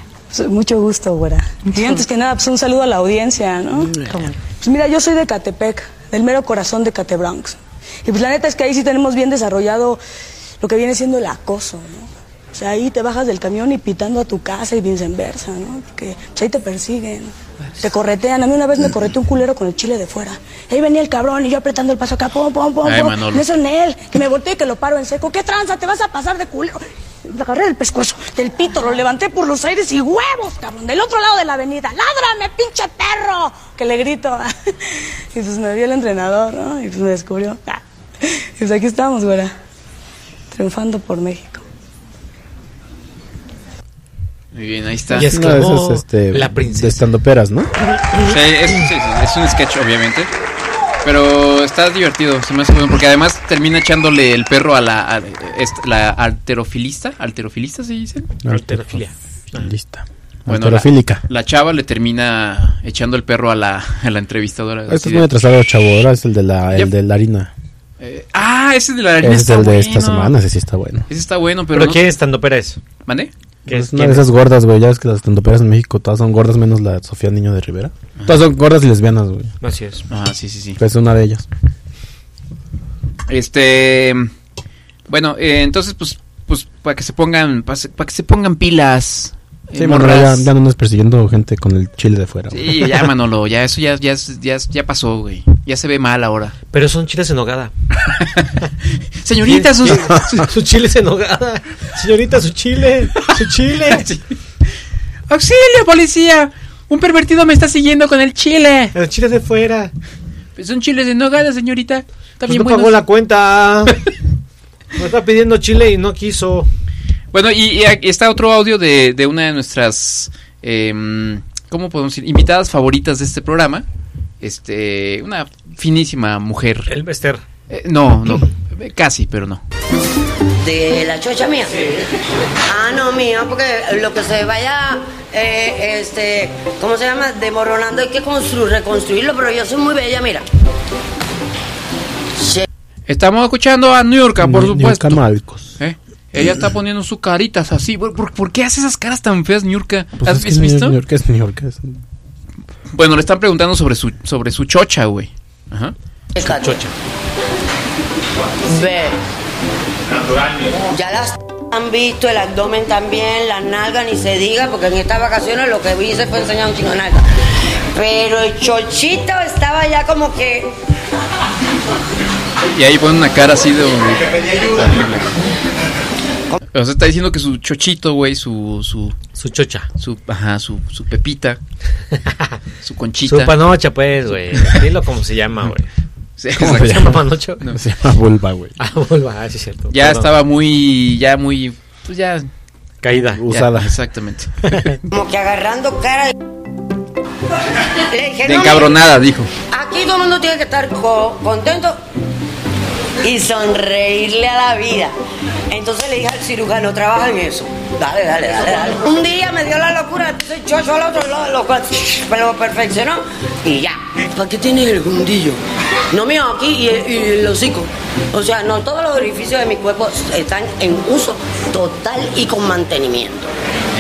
Mucho gusto, güera. Y antes que nada, pues un saludo a la audiencia, Mm. ¿no? Pues mira, yo soy de Catepec, del mero corazón de Catebranx. Y pues la neta es que ahí sí tenemos bien desarrollado lo que viene siendo el acoso, ¿no? O sea, ahí te bajas del camión y pitando a tu casa y viceversa, ¿no? Porque pues, ahí te persiguen, Pues. te corretean. A mí una vez me correteó un culero con el chile de fuera. Ahí venía el cabrón y yo apretando el paso acá, pum, pum, pum, Ay, pum. Manolo. No es en él, que me volteé y que lo paro en seco. ¿Qué tranza? ¿Te vas a pasar de culero? Lo agarré del pescuezo, del pito, lo levanté por los aires y huevos, cabrón, del otro lado de la avenida. ¡Ládrame, pinche perro! Que le grito. Y pues me vio el entrenador, ¿no? Y pues me descubrió. Ah. Y pues aquí estamos, güera. Triunfando por México. Muy bien, ahí está. Y es una de esas, este, la princesa. De estandoperas, ¿no? Sí, es, sí, sí, es un sketch, obviamente. Pero está divertido, se me hace bueno, porque además termina echándole el perro a la, a- est- la alterofilista. ¿Alterofilista se dice? Alterofilia. Lista. Bueno, Alterofílica. La, la chava le termina echando el perro a la, a la entrevistadora. Este así es de- muy atrasado, chavo. Ahora es el de la, el de la harina. Eh, ah, ese de la harina Ese es está el de esta bueno. semana, ese sí está bueno. Ese está bueno, pero. ¿Pero no- quién es Tando Pérez? ¿Mande? ¿Qué Es una de esas gordas, güey. Ya ves que las estandoperas en México todas son gordas menos la Sofía Niño de Rivera. Todas son gordas y lesbianas, güey. Así es. Ah, sí, sí, sí. Pues es una de ellas. Este. Bueno, eh, entonces, pues, pues, para que se pongan, para, que se pongan pilas. eh, Sí, Manolo, morras. ya, ya no andas persiguiendo gente con el chile de fuera. güey. Sí, ya, Manolo, ya eso ya, ya, es- ya, es- ya pasó, güey. Ya se ve mal ahora. Pero son chiles en hogada. Señorita, sus- sus chiles en hogada. Señorita, su chile. Su chile. ¡Auxilio, policía! Un pervertido me está siguiendo con el chile. Pues El chile de fuera. Son chiles de nogada, señorita. Pues También no pagó buenos. la cuenta. Me está pidiendo chile y no quiso. Bueno, y, y aquí está otro audio de, de una de nuestras, em, ¿cómo podemos decir? Invitadas favoritas de este programa. Este, una finísima mujer. El Bester. no, no, eh, casi, pero no. De la chocha mía. Ah, no, mía, porque lo que se vaya, eh, este, ¿cómo se llama? Demoronando hay que constru- reconstruirlo, pero yo soy muy bella, mira. Estamos escuchando a New York, por Ni- ni supuesto. camalcos. ¿Eh? Ella está poniendo sus caritas así. ¿Por, por, por qué hace esas caras tan feas, Niurka? Pues ¿Has es que es visto? New York es New York. es- Bueno, le están preguntando sobre su, sobre su chocha, güey. Ajá. Chocha. Ve. Ya las han visto, el abdomen también, las nalgas, ni se diga, porque en estas vacaciones lo que hice fue enseñar un chingo de nalgas. Pero el chochito estaba ya como que Y ahí pone una cara así de. Horrible. O sea, está diciendo que su chochito, güey, su, su. Su chocha. Su, ajá, su, su pepita. su conchita. Su panocha, pues, güey. Dilo como se llama, güey. Sí, ¿Cómo se exacto. llama panocha? No. Se llama vulva, güey. Ah, vulva, ah, sí, es cierto. Ya Perdón. estaba muy. Ya muy. Pues ya. Caída. Usada. exactamente. como que agarrando cara de... Le dije, De "No, encabronada, dijo. Aquí todo el mundo tiene que estar co- contento y sonreírle a la vida. Entonces le dije al cirujano, trabaja en eso. Dale, dale, dale, dale. Un día me dio la locura, entonces yo, yo al otro lado, lo, me lo perfeccionó y ya. ¿Para qué tienes el gundillo? No mío, aquí y el, y el hocico. O sea, no todos los orificios de mi cuerpo están en uso total y con mantenimiento.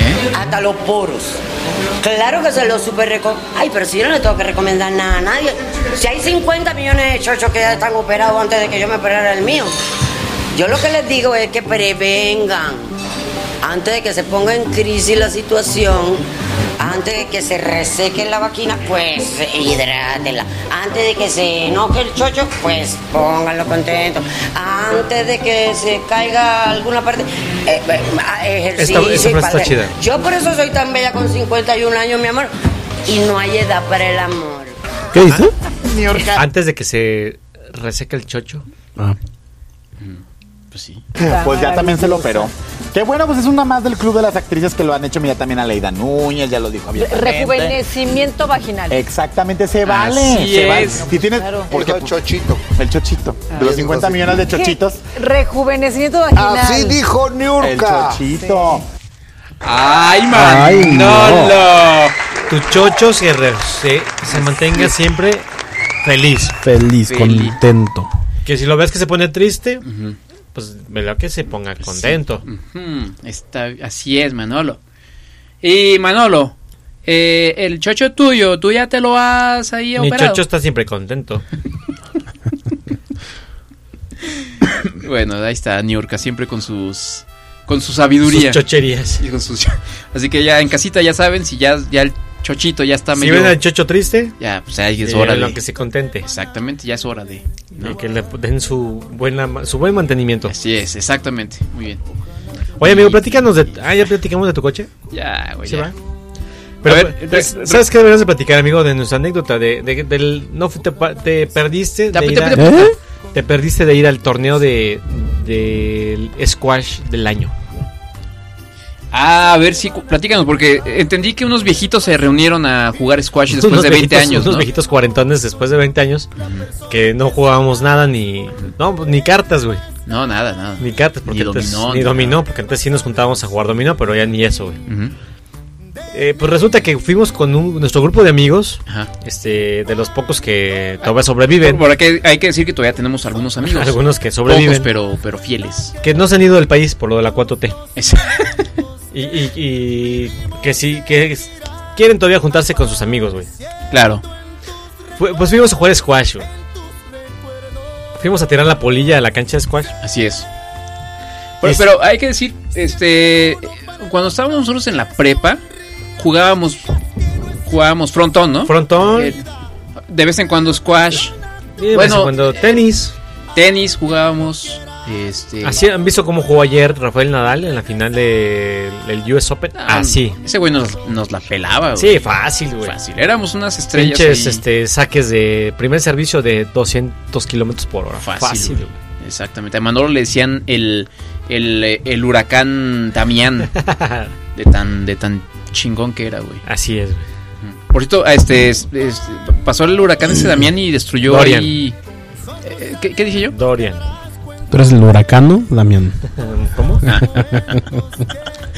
¿eh? Hasta los poros. Claro que se los super recomiendo. Ay, pero si yo no le tengo que recomendar nada a nadie. Si hay 50 millones de chochos que ya están operados antes de que yo me operara el mío. Yo lo que les digo es que prevengan. Antes de que se ponga en crisis la situación, antes de que se reseque la vagina, pues hidrátela. Antes de que se enoje el chocho, pues pónganlo contento. Antes de que se caiga alguna parte, eh, eh, ejercicio. Esta- esta y frase está padre. chida. Yo por eso soy tan bella con 51 años, mi amor. Y no hay edad para el amor. ¿Qué dice? Ah, Antes de que se reseque el chocho. Ah. Pues sí. Pues ya también se lo operó. Qué bueno, pues es una más del club de las actrices que lo han hecho. Mira también a Leida Núñez, ya lo dijo abiertamente. Rejuvenecimiento vaginal. Exactamente, se vale. Así se vale. es. Si tienes, porque el chochito. El chochito. de los 50 millones de ¿Qué? chochitos. Rejuvenecimiento vaginal. Así dijo El chochito. ¡Ay, Manolo! no. Tu chocho se, re- se, se mantenga siempre feliz. Feliz, Feliz. contento. Que si lo ves que se pone triste, pues velo que se ponga contento. Ujú, está, así es, Manolo. Y Manolo, eh, el chocho tuyo, tú ya te lo has ahí Mi operado. chocho está siempre contento. Bueno, ahí está Niurka, siempre con sus con su sabiduría. Sus chocherías. Y con sus- así que ya en casita ya saben, si ya, ya el chochito ya está Si medio. ven al chocho triste, ya, pues ahí es eh, hora lo de- que se contente. Exactamente, ya es hora de. Y que le den su, buena, su buen mantenimiento. Así es, exactamente. Muy bien. Oye, amigo, platícanos de. Ah, ya platicamos de tu coche. Ya, güey. ¿Sí ya. va? Pero, A ver, pues, re- ¿sabes qué deberías de platicar, amigo? De nuestra anécdota, de, de- del... No, fu- te, pa- te perdiste de Te- ir te- a- te- te- ¿Eh? Te perdiste de ir al torneo de, del squash del año. Ah, a ver si. cu- Platícanos, porque entendí que unos viejitos se reunieron a jugar squash después Unos de 20 viejitos- años. Unos ¿no? viejitos cuarentones después de 20 años que no jugábamos nada ni... No, pues, ni cartas, güey. No, nada, nada. Ni cartas, porque Ni antes... dominó, ni ni dominó, porque antes sí nos juntábamos a jugar dominó, pero ya ni eso, güey. Eh, pues resulta que fuimos con un- nuestro grupo de amigos, este, de los pocos que todavía sobreviven. Por aquí hay que decir que todavía tenemos algunos amigos. Algunos que sobreviven. Pocos, pero, pero fieles. Que no se han ido del país por lo de la 4T. y, y- y que sí, que es- quieren todavía juntarse con sus amigos, güey. Claro. pues fuimos a jugar squash, güey. Fuimos a tirar la polilla a la cancha de squash. Así es. Pero, pero hay que decir, este, cuando estábamos nosotros en la prepa, jugábamos, jugábamos frontón, ¿no? Eh, Frontón. de vez en cuando squash. de vez en cuando eh, tenis. Tenis jugábamos. Este. Así han visto cómo jugó ayer Rafael Nadal en la final del del US Open. Así. Ese güey nos, nos la pelaba, Ah, güey. Sí, fácil, güey. Fácil. Éramos unas estrellas. Pinches ahí. este, saques de primer servicio de 200 kilómetros por hora. Fácil. Fácil, güey. Exactamente. A Manolo le decían el, el, eh, el huracán Damián. de, tan, de tan chingón que era, güey. Así es, Por cierto, ah, este, es- este, pasó el huracán ese Damián y destruyó Dorian. ahí- eh, ¿Qué, qué dije yo? Dorian. ¿Tú eres el huracano, Damián? ¿Cómo? Ah.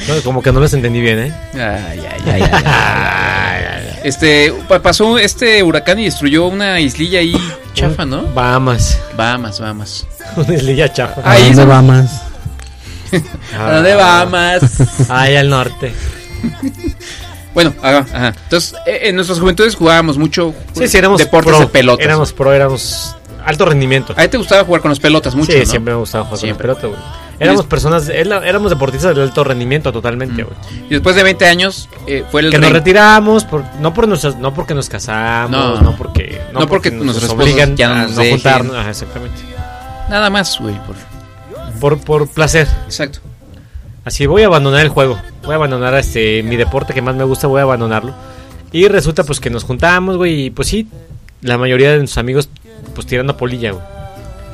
No, como que no les entendí bien, ¿eh? Ay, ay, ay, ay, ay, ay, ay, ay. Este, pa- pasó este huracán y destruyó una islilla ahí chafa, ¿no? Bahamas. Bahamas, Bahamas. Una islilla chafa. Ahí ¿A dónde son- va más? ¿A dónde Bahamas? Ahí al norte. Bueno, ajá, ajá. Entonces, eh, en nuestras juventudes jugábamos mucho Sí, sí, éramos deportes pro, de pelotas. Éramos pro, éramos alto rendimiento. A ti te gustaba jugar con las pelotas mucho, Sí, ¿no? siempre me gustaba jugar Siempre. con las pelotas, güey. Éramos personas, era- éramos deportistas de alto rendimiento Mm. totalmente, güey. Y después de 20 años eh, fue el Que nos rey. retiramos, por, no, por nuestras, no porque nos casamos, no, No. porque, No porque nuestras esposas ya no a nos no dejen. juntarnos. Ajá, exactamente. Nada más, güey, por Por, por placer. Exacto. Así, voy a abandonar el juego. Voy a abandonar este mi deporte que más me gusta, voy a abandonarlo. Y resulta pues que nos juntamos, güey, y pues sí, la mayoría de nuestros amigos pues tirando polilla, güey.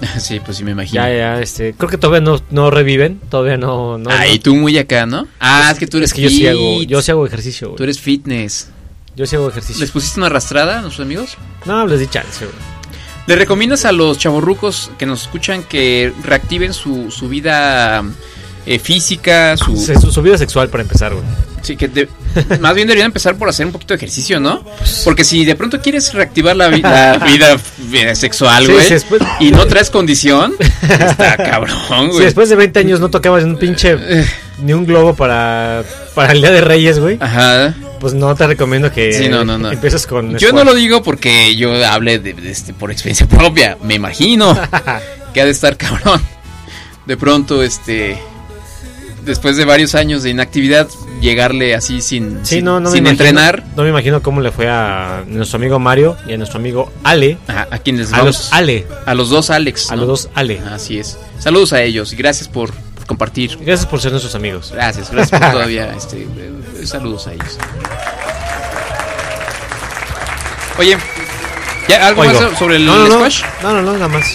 Sí, pues sí me imagino. Ya, ya, este, creo que todavía no, no reviven, todavía no... no Ay, no. Ah, tú muy acá, ¿no? Ah, es que tú eres Es que yo sí fit. hago, yo sí hago ejercicio, güey. Tú eres fitness. Yo sí hago ejercicio. ¿Les pusiste una arrastrada a nuestros amigos? No, les di chance, güey. ¿Le recomiendas a los chavorrucos que nos escuchan que reactiven su, su vida eh, física, su, Se- Su, su vida sexual para empezar, güey. Sí, que de- más bien deberían empezar por hacer un poquito de ejercicio, ¿no? Porque si de pronto quieres reactivar la, vi- la vida eh, sexual, Sí, güey, sí, después- y no traes condición, está cabrón, güey. Eh, Si después de 20 años no tocabas un pinche ni un globo para, para el Día de Reyes, güey. Ajá. Pues no te recomiendo que Ah. Sí, no, no, no. empieces con Yo no lo digo porque yo hable de, de este, por experiencia propia, me imagino que ha de estar cabrón. De pronto, este, después de varios años de inactividad, llegarle así sin, Sí, sin, no, no me sin imagino- entrenar. No me imagino cómo le fue a nuestro amigo Mario y a nuestro amigo Ale. a quienes A vamos- los Ale. A los dos Alex. A los dos Ale. Así es. Saludos a ellos y gracias por, por compartir. Gracias por ser nuestros amigos. Gracias, gracias por todavía. este, eh, saludos a ellos. Oye, ¿ya ¿algo Oigo. más sobre el No, no, no. squash? No, no, no, nada más.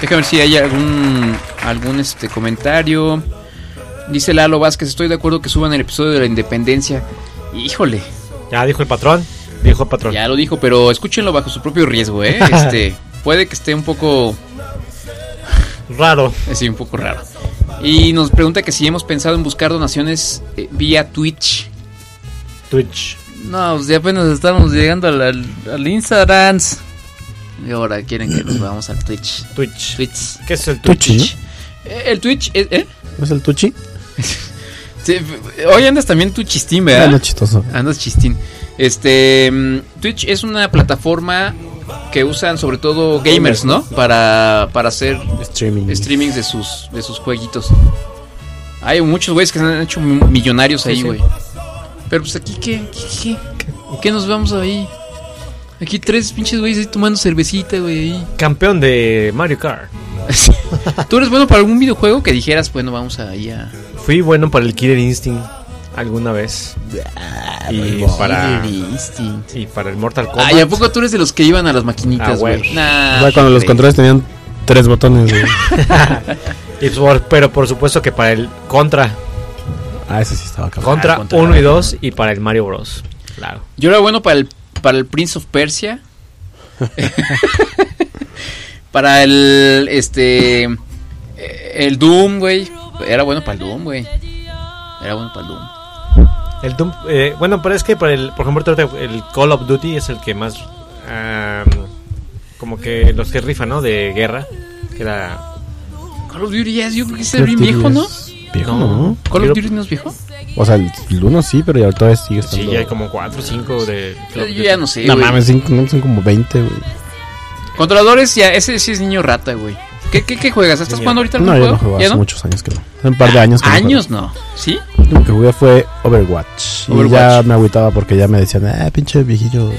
Déjame ver si hay algún, algún este, comentario. Dice Lalo Vázquez, estoy de acuerdo que suban el episodio de la independencia. Híjole. Ya dijo el patrón. Dijo el patrón. Ya lo dijo, pero escúchenlo bajo su propio riesgo, ¿eh? Este, puede que esté un poco... Raro. Sí, un poco raro. Y nos pregunta que si hemos pensado en buscar donaciones eh, vía Twitch. Twitch. No, pues ya apenas estamos llegando al, al, al Instagram. Y ahora quieren que nos vamos al Twitch. Twitch. Twitch. ¿Qué es el Twitch? Eh, El Twitch, es- ¿eh? ¿No es el Tuchi? Sí, hoy andas también tu chistín, ¿verdad? Ando chistoso. Andas chistín. Este, mm, Twitch es una plataforma que usan sobre todo gamers, ¿no? Para, para hacer Streaming. streamings de sus, de sus jueguitos. Hay muchos güeyes que se han hecho mi- millonarios ahí, sí. güey. Pero pues aquí, ¿qué? ¿Qué, qué? ¿Qué nos vamos ahí? Aquí tres pinches güeyes ahí tomando cervecita, güey. ahí. Campeón de Mario Kart. ¿Tú eres bueno para algún videojuego que dijeras, bueno, vamos ahí a... Fui bueno para el Killer Instinct alguna vez. Y el Ah, para, Killer y para el Mortal Kombat. eh, Ay, ¿a poco tú eres de los que iban a las Ah, maquinitas, güey. güey? Nah, Fue cuando los Ah, güey. controles tenían tres botones. güey. Y por- pero por supuesto que para el Contra. Ah, ese sí estaba cabrón. Contra Ah, 1 y 2 y para el Mario Bros. Claro. Yo era bueno para el, para el Prince of Persia. para el. Este. eh, El Doom, güey. Era bueno para el Doom, güey. Era bueno para el Doom. El Doom, eh, bueno, pero es que por, el, por ejemplo, el Call of Duty es el que más. ah, como que los que rifan, ¿no? De guerra. Que era. Call of Duty ya es, yo creo que es el bien viejo, ¿no? Viejo, ¿no? Call of Duty no es viejo. O sea, el, el uno sí, pero ya todavía sigue estando. Sí, ya hay como 4 o 5 de. Call of Yo ya no sé, No güey. mames, cinco- no, son como 20, güey. Controladores, ya, ese sí es niño rata, güey. ¿Qué, qué, qué juegas? ¿Estás jugando ahorita algún No, yo juego? no juego ¿Ya hace muchos años que no. Hace un par de años que Años no. ¿Sí? no. juego. Lo que jugué fue Overwatch. Y Overwatch. ya me agüitaba porque ya me decían, ah, pinche viejillo,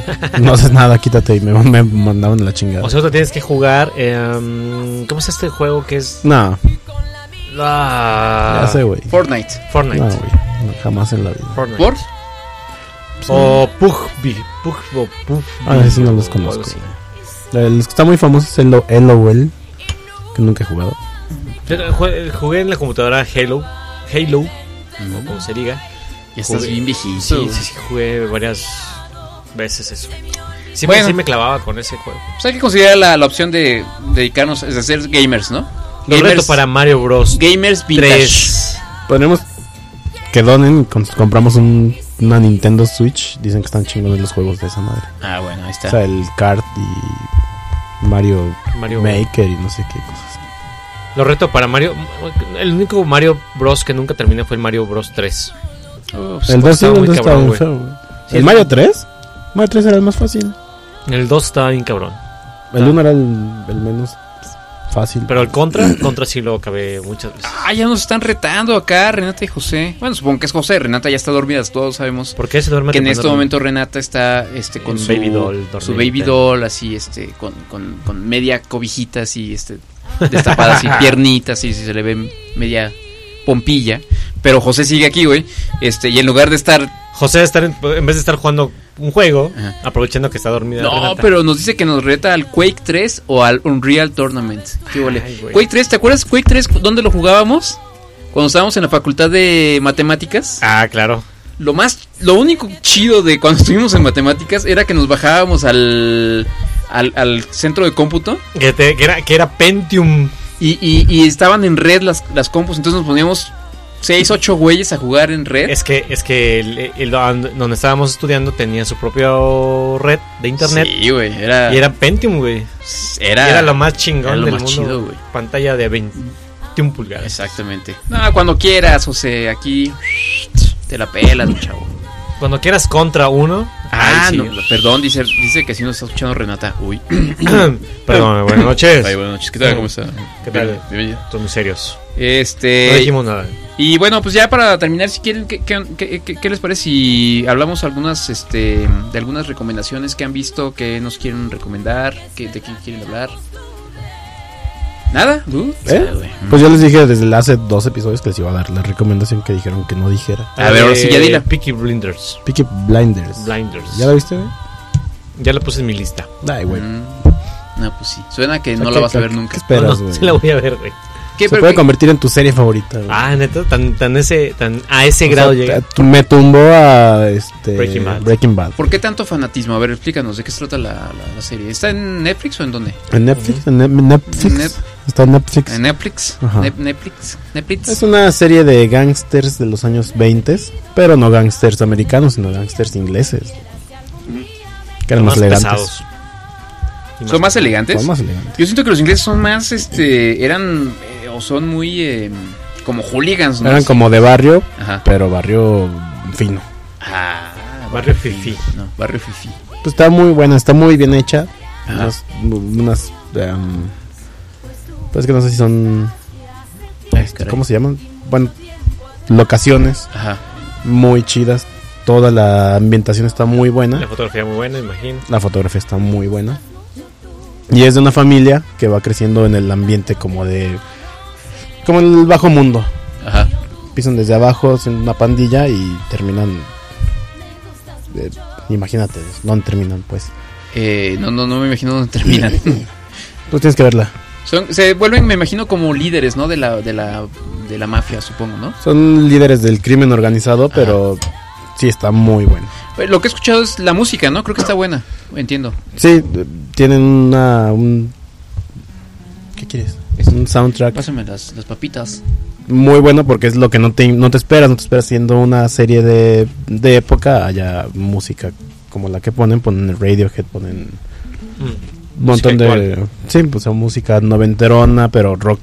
no haces nada, quítate. Y me, me mandaban a la chingada. O sea, tú tienes que jugar. eh, ¿Cómo es este juego que es. no, La... Ya sé, güey. Fortnite. ah, Fortnite. no, güey. no, jamás en la vida. Fortnite. ¿Por? O Pugby. Pug- o Pugby. Ah, ese no los o conozco. algo así. El que está muy famoso es el Lo- LOL, que nunca he jugado. Yo ju- jugué en la computadora Halo. Halo. O como se diga. Ya estás bien viejito, Sí, güey. sí, sí, jugué varias veces eso. Siempre Bueno. sí me clavaba con ese juego. Pues hay que considerar la, la opción de dedicarnos a ser gamers, ¿no? Los reto para Mario Bros. Gamers vintage. Tres. Ponemos que donen, con- compramos un- una Nintendo Switch. Dicen que están chingones los juegos de esa madre. Ah, bueno, ahí está. O sea, el Kart y Mario, Mario- Maker y no sé qué cosas. Lo reto para Mario. El único Mario Bros. que nunca terminé fue el Mario Bros. 3. Pues el 2 sí, estaba el muy 2 estaba cabrón, güey. muy feo, güey. Sí, ¿El el- Mario 3? Mario 3 era el más fácil. El 2 estaba bien cabrón. El 1 era el, el menos fácil. Pero el Contra, Contra sí lo acabé muchas veces. Ah, ya nos están retando acá, Renata y José. Bueno, supongo que es José. Renata ya está dormida, todos sabemos. ¿Por qué se duerme Que en temprano? este momento Renata está este, con Eh, su baby doll, su dormidita. baby doll, así, este, con, con, con media cobijita, así, este, destapada, así, piernita, así, si se le ve media pompilla. Pero José sigue aquí, güey. Este, y en lugar de estar. José, estar en, en vez de estar jugando un juego, aprovechando que está dormida. No, Renata. pero nos dice que nos reta al Quake 3 o al Unreal Tournament. Qué vole. Ay, güey. Quake 3, ¿te acuerdas Quake 3 dónde lo jugábamos? Cuando estábamos en la facultad de matemáticas. Ah, claro. Lo más lo único chido de cuando estuvimos en matemáticas era que nos bajábamos al al, al centro de cómputo Que, te- que era, que era Pentium. y, y- y estaban en red las, las compus, entonces nos poníamos 6 8 güeyes a jugar en red. Es que, es que el, el- donde estábamos estudiando tenía su propia red de internet. Sí, güey, era- Y era Pentium, güey. Era- Y era lo más era chingón lo del más mundo. chido, güey. Pantalla de 21 pulgadas. Exactamente. No, cuando quieras, José, aquí te la pelas, mi chavo. Cuando quieras contra uno. Ah, Ay, sí. no, perdón, dice, dice que si nos está escuchando Renata. Uy. Perdón, buenas noches. Ay, buenas noches. ¿Qué tal? ¿Cómo está? ¿Qué tal? Bien, bienvenido. Son muy serios. Este. No dijimos nada. Y bueno, pues ya para terminar, si quieren, ¿qué, qué, qué- qué- qué les parece si hablamos algunas, este, de algunas recomendaciones que han visto, que nos quieren recomendar, que, de quién quieren hablar? ¿Nada? ¿Dude? ¿Eh? Ah, güey. Pues yo les dije desde hace dos episodios que les iba a dar la recomendación que dijeron que no dijera. Ah. A ver, ahora sí, ya dila. Eh, Peaky Blinders. Picky Blinders. Blinders. ¿Ya la viste, güey? Ya la puse en mi lista. Ay, güey. Mm. No, pues sí. Suena que no ¿Qué- la vas a qué- ver nunca. qué esperas, No, no, güey? sí la voy a ver, güey. ¿Qué, Se pero puede qué- convertir en tu serie favorita, güey. Ah, neta, tan, tan ese, tan a ese O sea, grado llega. t- Me tumbó a este, Breaking Bad. Bad. ¿Por qué tanto fanatismo? A ver, explícanos, ¿de qué se trata la, la- la serie? ¿Está en Netflix o en dónde? ¿En Netflix? ¿En Ne- Netflix? Net- Está en Netflix. ¿En Netflix? Ajá. Ne- ¿Netflix? ¿Netflix? Es una serie de gangsters de los años 20, pero no gangsters americanos, sino gangsters ingleses. Que eran Son más, más elegantes. pesados. ¿Son más elegantes? Son más elegantes. Yo siento que los ingleses son más, este, eran, eh, o son muy, eh, como hooligans, ¿no? Eran como de barrio, Ajá. pero barrio fino. Ah, barrio fifí. No, barrio fifí. Pues está muy buena, está muy bien hecha. Ajá. Unas, unas, em, pues que no sé si son este, caray. ¿cómo se llaman? Bueno, locaciones. Ajá. Muy chidas. Toda la ambientación está muy buena. La fotografía muy buena, imagino. La fotografía está muy buena. Y es de una familia que va creciendo en el ambiente como de. como en el bajo mundo. Ajá. Empiezan desde abajo, siendo una pandilla y terminan. eh, imagínate, no terminan pues. Eh, no, no, no me imagino dónde terminan. Tú tienes que verla. son, se vuelven, me imagino, como líderes, ¿no? De la, de la, de la mafia, supongo, ¿no? Son líderes del crimen organizado, pero sí está muy buena. Eh, Lo que he escuchado es la música, ¿no? Creo que está buena, entiendo. Sí, eh, tienen una. Un, ¿Qué quieres? un soundtrack. Pásame las, las papitas. muy bueno porque es lo que no te, no te esperas, no te esperas siendo una serie de, de época, haya música como la que ponen, ponen Radiohead, ponen un montón de... Sí, pues son música noventerona, pero rock,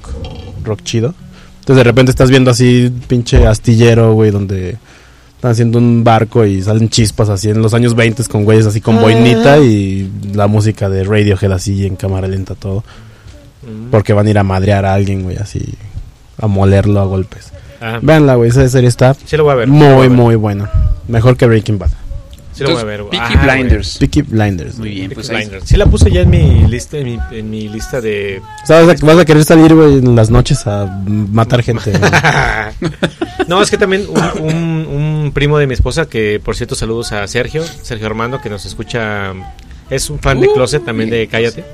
rock chido. Entonces de repente estás viendo así pinche astillero, güey, donde están haciendo un barco y salen chispas así en los años 20 con güeyes así con boinita y la música de Radiohead así en cámara lenta todo. Porque van a ir a madrear a alguien, güey, así a molerlo a golpes. Ah. Veanla, güey, esa serie está Sí lo voy a ver, sí lo voy muy, a ver. muy buena. Mejor que Breaking Bad. Sí lo voy a ver, güey. Peaky Ah, güey. Blinders. Peaky Blinders. Muy bien, pues Peaky ahí. Blinders. Sí la puse ya en mi lista, en mi, en mi lista de... O sea, vas a, vas a querer salir, güey, en las noches a matar gente. güey. no, es que también un, un- un primo de mi esposa, que por cierto saludos a Sergio, Sergio Armando, que nos escucha, es un fan de Closet, también de Cállate.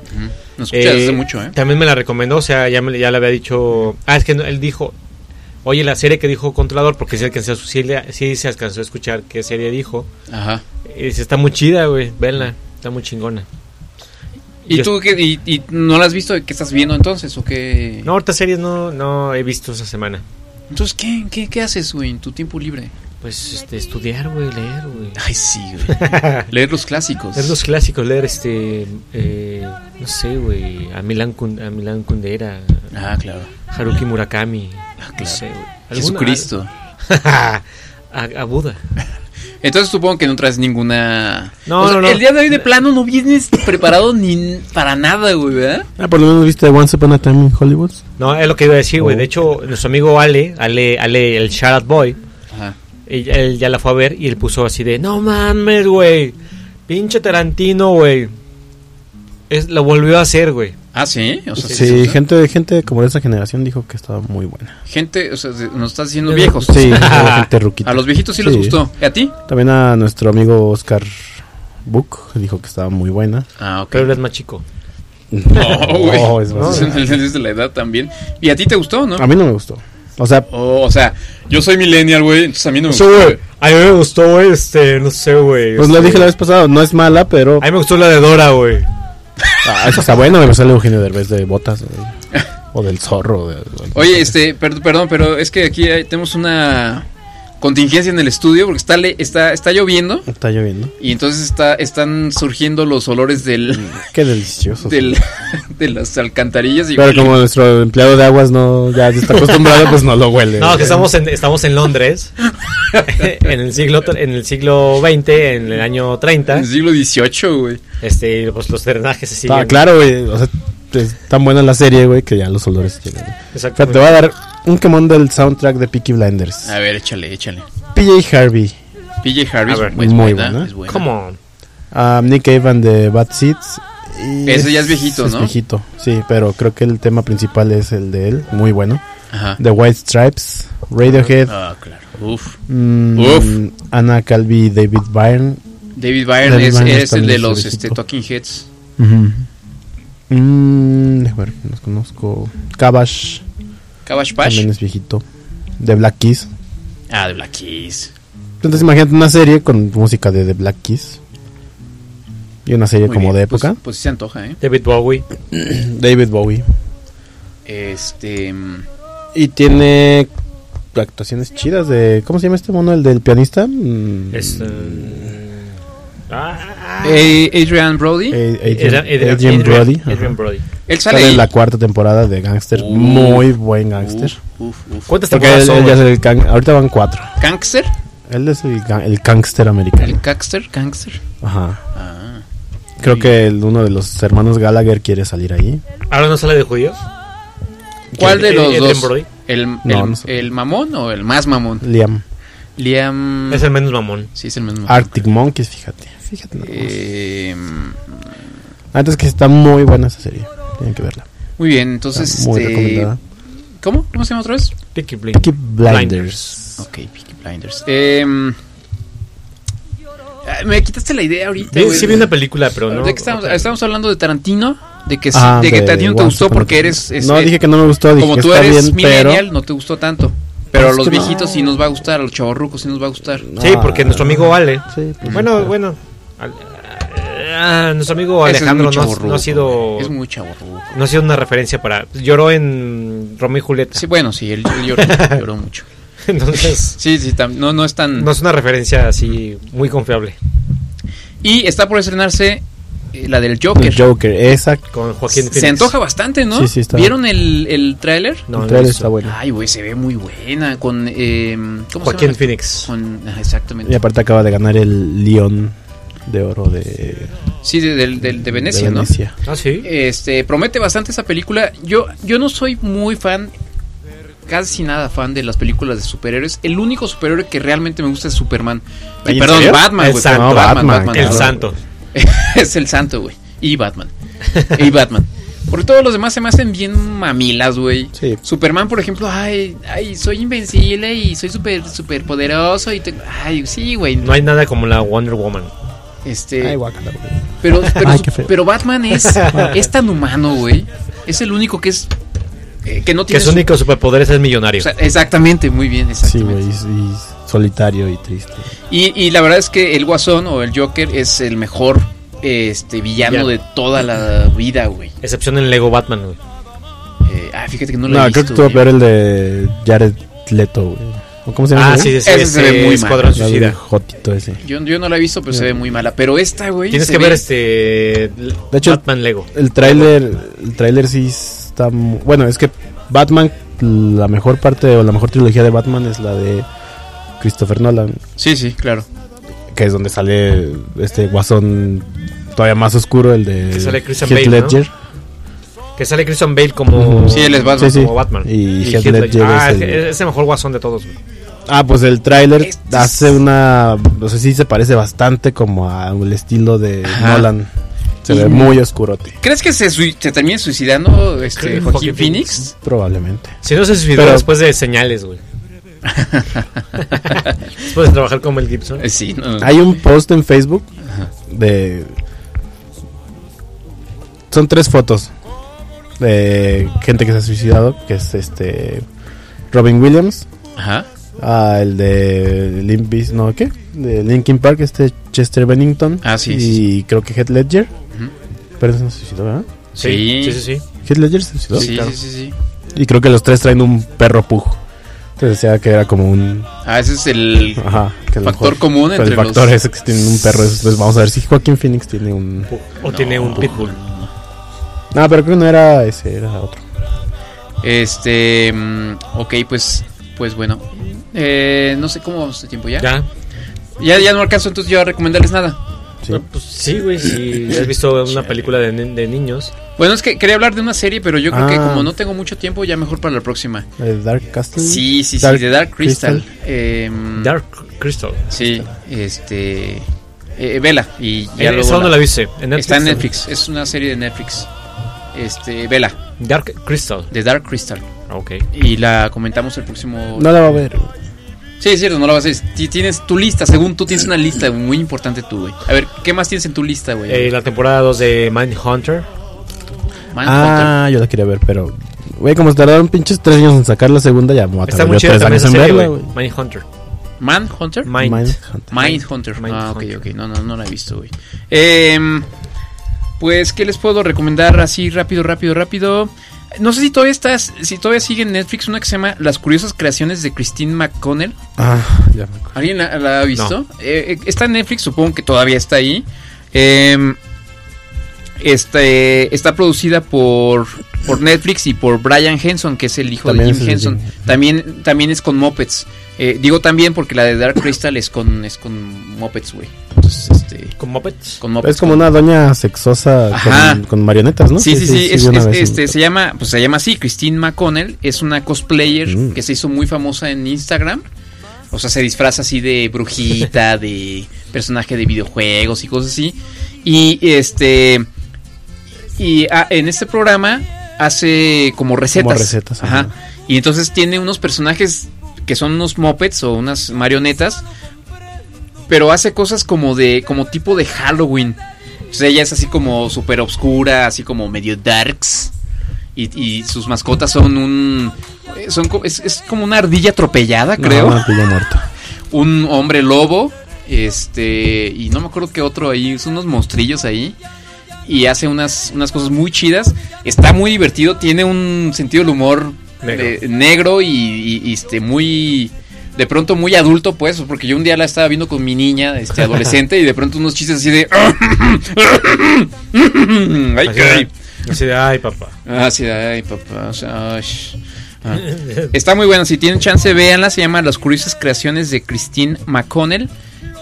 Nos escucha desde mucho, ¿eh? También me la recomendó, o sea, ya, me, ya le había dicho... Ah, es que no- él dijo, oye, la serie que dijo Controlador, porque sí, alcanzó, sí, le- sí se alcanzó a escuchar qué serie dijo. Ajá. Y dice, está muy chida, güey, venla, está muy chingona. ¿Y Yo- tú qué, y, y no la has visto? ¿Qué estás viendo entonces? ¿O qué? No, ahorita series no, no he visto esa semana. Entonces, ¿qué, qué, qué haces, güey, en tu tiempo libre? Pues este, estudiar, güey, leer, güey. Ay, sí, güey. Leer los clásicos. Leer los clásicos, leer este. eh, no sé, güey. A Milán, Kun- a Milán Kundera. Ah, claro. Haruki Murakami. No Ah, claro. sé, güey. Alguna- Jesucristo. a, a Buda. Entonces supongo que no traes ninguna... No, O sea, no, no. El día de hoy de plano no vienes preparado ni para nada, güey, ¿verdad? Ah, por lo menos viste Once Upon a Time in Hollywood. No, es lo que iba a decir, güey. De hecho, nuestro amigo Ale, Ale, Ale, el Charlotte Boy, él, él ya la fue a ver y él puso así de: No mames, güey. Pinche Tarantino, güey. Es- Lo volvió a hacer, güey. Ah, sí. O sea, Sí, gente, gente como de esa generación dijo que estaba muy buena. Gente, o sea, se- nos estás diciendo viejos. Sí, gente ruquita. A los viejitos sí, les gustó. ¿Y a ti? También a nuestro amigo Oscar Book dijo que estaba muy buena. Ah, ok. Pero él es más chico. No, güey. No, es más- Es de la edad también. ¿Y a ti te gustó, no? A mí no me gustó. O sea, Oh, o sea, yo soy millennial, güey, entonces a mí no me Sí, güey. A mí me gustó, güey, este, no sé, güey. pues lo este, dije la vez pasada, no es mala, pero... A mí me gustó la de Dora, güey. Ah, esa está buena, me sale Eugenio Derbez de botas. güey. O del zorro. de- Oye, este, per- perdón, pero es que aquí hay- tenemos una contingencia en el estudio porque está, le- está, está lloviendo Está lloviendo. y entonces está, están surgiendo los olores del, Qué delicioso. del- de las alcantarillas. Y, Pero como nuestro empleado de aguas no ya está acostumbrado, pues no lo huele. No, güey. que estamos en, estamos en Londres. en el siglo tr- en el siglo 20, en el año 30. En el siglo 18, güey. Este, pues los drenajes se siguen. Ah, claro, güey. O sea, es tan buena la serie, güey, que ya los olores tienen. Exacto. Pero te voy a dar un quemón del soundtrack de Peaky Blinders. A ver, échale, échale. PJ Harvey. PJ Harris, A ver, es muy buena, buena. es buena. Come on. Ah, Nick Evan de Bad Seeds. y Ese ya es viejito, ¿no? Es viejito, sí, pero creo que el tema principal es el de él, muy bueno. Ajá. The White Stripes, Radiohead. Ah, claro. Uf. mm, Uf. Ana Calvi, David Byrne. David Byrne David es, Byrne es el también de es los viejito. este, Talking Heads. Ujú. Mm, déjame ver, los conozco. Kavash. Kavash Pash. También es viejito. De Black Keys. Ah, de Black Keys. Entonces imagínate una serie con música de The Black Keys. Y una serie Muy como bien, de época. Pues, pues sí se antoja, ¿eh? David Bowie. Mm. David Bowie. Este. mm, Y tiene actuaciones chidas de... ¿Cómo se llama este mono? El del pianista. Mm, Este, eh, Adrian Brody. eh, Era- Adrian, era- Adrian Adrian- Brody. ajá. Adrian Brody. Él Sale sale ahí. en la cuarta temporada de Gangster. Uf, Muy buen Gangster. Uf, uf. ¿Cuántas Porque temporadas él- son? él ya es güey? el gang- ahorita van cuatro. ¿Gangster? Él es el, ga- el gangster americano. ¿El gangster? ¿Gangster? Ajá. Ah. Creo que el- uno de los hermanos Gallagher quiere salir ahí. ¿Ahora no sale de judío? ¿Cuál de ¿El- los Adrian dos? Brody? ¿El, el, Eh, No, no sé. el mamón o el más mamón? Liam. Mm. Liam. Es el menos mamón. Sí, es el menos mamón. Arctic Monkeys, fíjate. Fíjate. nada más. Eh, mm, Antes que está muy buena esa serie. Tienen que verla. muy bien, entonces. Está muy este, recomendada. ¿Cómo? ¿Cómo se llama otra vez? Peaky Blin- Peaky Blinders. Ok, Peaky Blinders. Eh, mm, ah, me quitaste la idea ahorita. Sí, güey. sí vi una película, pero no. Ahorita que estamos, estamos hablando de Tarantino, de que, sí- Ah, de que de Tarantino te Once gustó Upon a porque Time. eres... No, dije que no me gustó, dije Como que tú está eres bien, millennial, pero- no te gustó tanto. Pero a Pues los que no. viejitos sí nos va a gustar, a los chavorrucos sí nos va a gustar. Sí, porque Ah. nuestro amigo Ale. Ah. Sí, pues, bueno, pero- bueno. al- ah, nuestro amigo Ese es muy Alejandro no, chavorruco, no ha sido. güey. Es muy chavorruco. No ha sido una referencia para. Lloró en Romeo y Julieta. Sí, bueno, sí, él, él lloró, lloró mucho. Entonces. sí, sí, tam- no, no es tan. No es una referencia así muy confiable. Y está por estrenarse eh, la del Joker. El Joker, esa. Con Joaquín Se antoja bastante, ¿no? Sí, sí, está. ¿Vieron el, el tráiler? No, El tráiler no he está visto. bueno. Ay, güey, se ve muy buena. Con. eh, ¿cómo se Joaquín llama? Phoenix. Con, ah, exactamente. Y aparte acaba de ganar el León de Oro de. Sí, de, del- del- de Venecia, De ¿no? Venecia. Ah, sí. Este, promete bastante esa película. Yo, yo no soy muy fan, casi nada fan de las películas de superhéroes. El único superhéroe que realmente me gusta es Superman. ¿En Y, perdón, serio? Batman, El güey, santo. perdón, No, Batman, el perdón. santo. es el santo, güey. Y Batman. y Batman. Porque todos los demás se me hacen bien mamilas, güey. Superman, por ejemplo, ay, ay, soy invencible y soy súper, súper poderoso y tengo- ay, sí, güey. No hay nada como la Wonder Woman. Este. Ay, Pero, pero, Ay, su- qué feo. pero Batman es, es tan humano, güey. Es el único que es. eh, que no Que tiene. su su- único superpoder es el millonario. o sea, exactamente, muy bien. exacto. Sí, güey, y- y solitario y triste. Y, y la verdad es que el Guasón o el Joker es el mejor este villano Villano. de toda la vida, güey. Excepción en Lego Batman, güey. Eh, ah, fíjate que no No, lo he creo visto. que tuvo güey. peor el de Jared Leto, güey. ¿O ¿Cómo se llama? Ah, ese sí, güey? sí, sí, Ese se ese ve muy Escuadrón La de Suicida. Jotito ese. Yo, yo no la he visto, pero se ve muy mala. Pero esta, güey. Tienes se que ve- ver este. l- De hecho, Batman Lego. El tráiler, el tráiler sí está mu- bueno, es que Batman la mejor parte o la mejor trilogía de Batman es la de Christopher Nolan, Sí, sí, claro. que es donde sale este guasón todavía más oscuro, el de Que sale Christian Heath Bale, ¿no? Ledger. Que sale Christian Bale como. Sí, él es Batman. Sí, sí. Como Batman. Y Heath Ledger Ah, es es, el- es el mejor guasón de todos, güey. Ah, pues el tráiler Este hace una, no sé si se parece bastante como al estilo de Ajá. Nolan. Se Y- ve muy oscurote, ¿Crees que se, sui- se termine suicidando este, Creo- Joaquín Joaquín Phoenix? probablemente. Si no se suicidó Pero- después de señales, güey. después de trabajar con Mel Gibson. Sí, no. Hay un post en Facebook Ajá. de. Son tres fotos de gente que se ha suicidado, que es este Robin Williams, Ajá. ah, el de Limp Biz- no qué, de Linkin Park, este Chester Bennington, Ah, sí, y sí, creo que Heath Ledger, Ujú. pero ese no se suicidó, ¿verdad? Sí. Sí, sí, sí. Heath Ledger se suicidó. Sí, Sí, claro. sí, sí, Y creo que los tres traen un perro pug. Entonces decía que era como un Ah, ese es el Ajá, que a lo factor mejor- común pero entre El factor los... es que tienen un perro. es- Entonces vamos a ver si Joaquín Phoenix tiene un. O tiene un pitbull. No, pero creo que no era ese, era otro. Este, mm, ok, pues, pues bueno, Eh, no sé cómo vamos de tiempo ya. Ya. Ya, ya no alcanzo entonces yo a recomendarles nada. Pero, Pues sí, güey. Si has visto una película de, ni- de niños. Bueno, es que quería hablar de una serie, pero yo creo que Ah. como no tengo mucho tiempo, ya mejor para la próxima. ¿El Dark Castle? Sí, sí, sí, de Dark Crystal. Em, Dark Crystal. Sí, este. eh, vela. Y Eh, ya luego ¿esa dónde la viste? ¿En Netflix Está en también? Netflix. Es una serie de Netflix. Este, vela. Dark Crystal. Ah, De Dark Crystal. Ok. Y la comentamos el próximo. No la va a ver. Sí, es cierto, no la vas a ver. Ti- Tienes tu lista, según tú tienes una lista muy importante tú, güey. A ver, ¿qué más tienes en tu lista, güey? Eh, la temporada 2 de Mindhunter. Manhunter. Ah, yo la quería ver, pero. Güey, como se tardaron pinches tres años en sacar la segunda, ya me voy a Está tardar muy yo chida tres también años esa en serie, verla, güey. güey. Manhunter. Manhunter. Mind. Mindhunter. Mindhunter. Ah, ok, ok. No, no, no la he visto, güey. Em, pues, ¿qué les puedo recomendar así rápido, rápido, rápido? No sé si todavía estás, si todavía sigue en Netflix una que se llama Las curiosas creaciones de Christine McConnell. Ah, ya me acuerdo. ¿Alguien la, la ha visto? Eh, eh, está en Netflix, supongo que todavía está ahí. Em, este, está producida por, por Netflix y por Brian Henson, que es el hijo También de es Jim el de Henson. También, también es con Muppets. Eh, digo también porque la de Dark Crystal es con, es con Muppets, güey. Entonces, este, ¿Con Muppets? Con Muppets. Es como una doña sexosa Ajá. con, con marionetas, ¿no? Sí, sí, sí, es- vi una es- vez en- este, se llama, pues se llama así, Christine McConnell, es una cosplayer Mm. que se hizo muy famosa en Instagram. O sea, se disfraza así de brujita, de personaje de videojuegos y cosas así. Y este y ah, en este programa hace como recetas. recetas, Ajá. Y entonces tiene unos personajes que son unos mopeds o unas marionetas, pero hace cosas como de como tipo de Halloween. O sea, ella es así como súper obscura, así como medio darks. Y, y sus mascotas son un. Son, co- es, es como una ardilla atropellada, No, creo. una ardilla muerta. Un hombre lobo. Este. Y no me acuerdo qué otro ahí. Son unos monstrillos ahí. Y hace unas, unas cosas muy chidas. Está muy divertido. Tiene un sentido del humor de- negro y, y- y, este, muy. De pronto muy adulto, pues, porque yo un día la estaba viendo con mi niña, este, adolescente, y de pronto unos chistes así de. ay, Así caray. de- así de, ay, papá. Así de, Ah, ay, papá. o sea, ay. Ah. Está muy buena, si tienen chance, véanla. Se llama Las Curiosas Creaciones de Christine McConnell.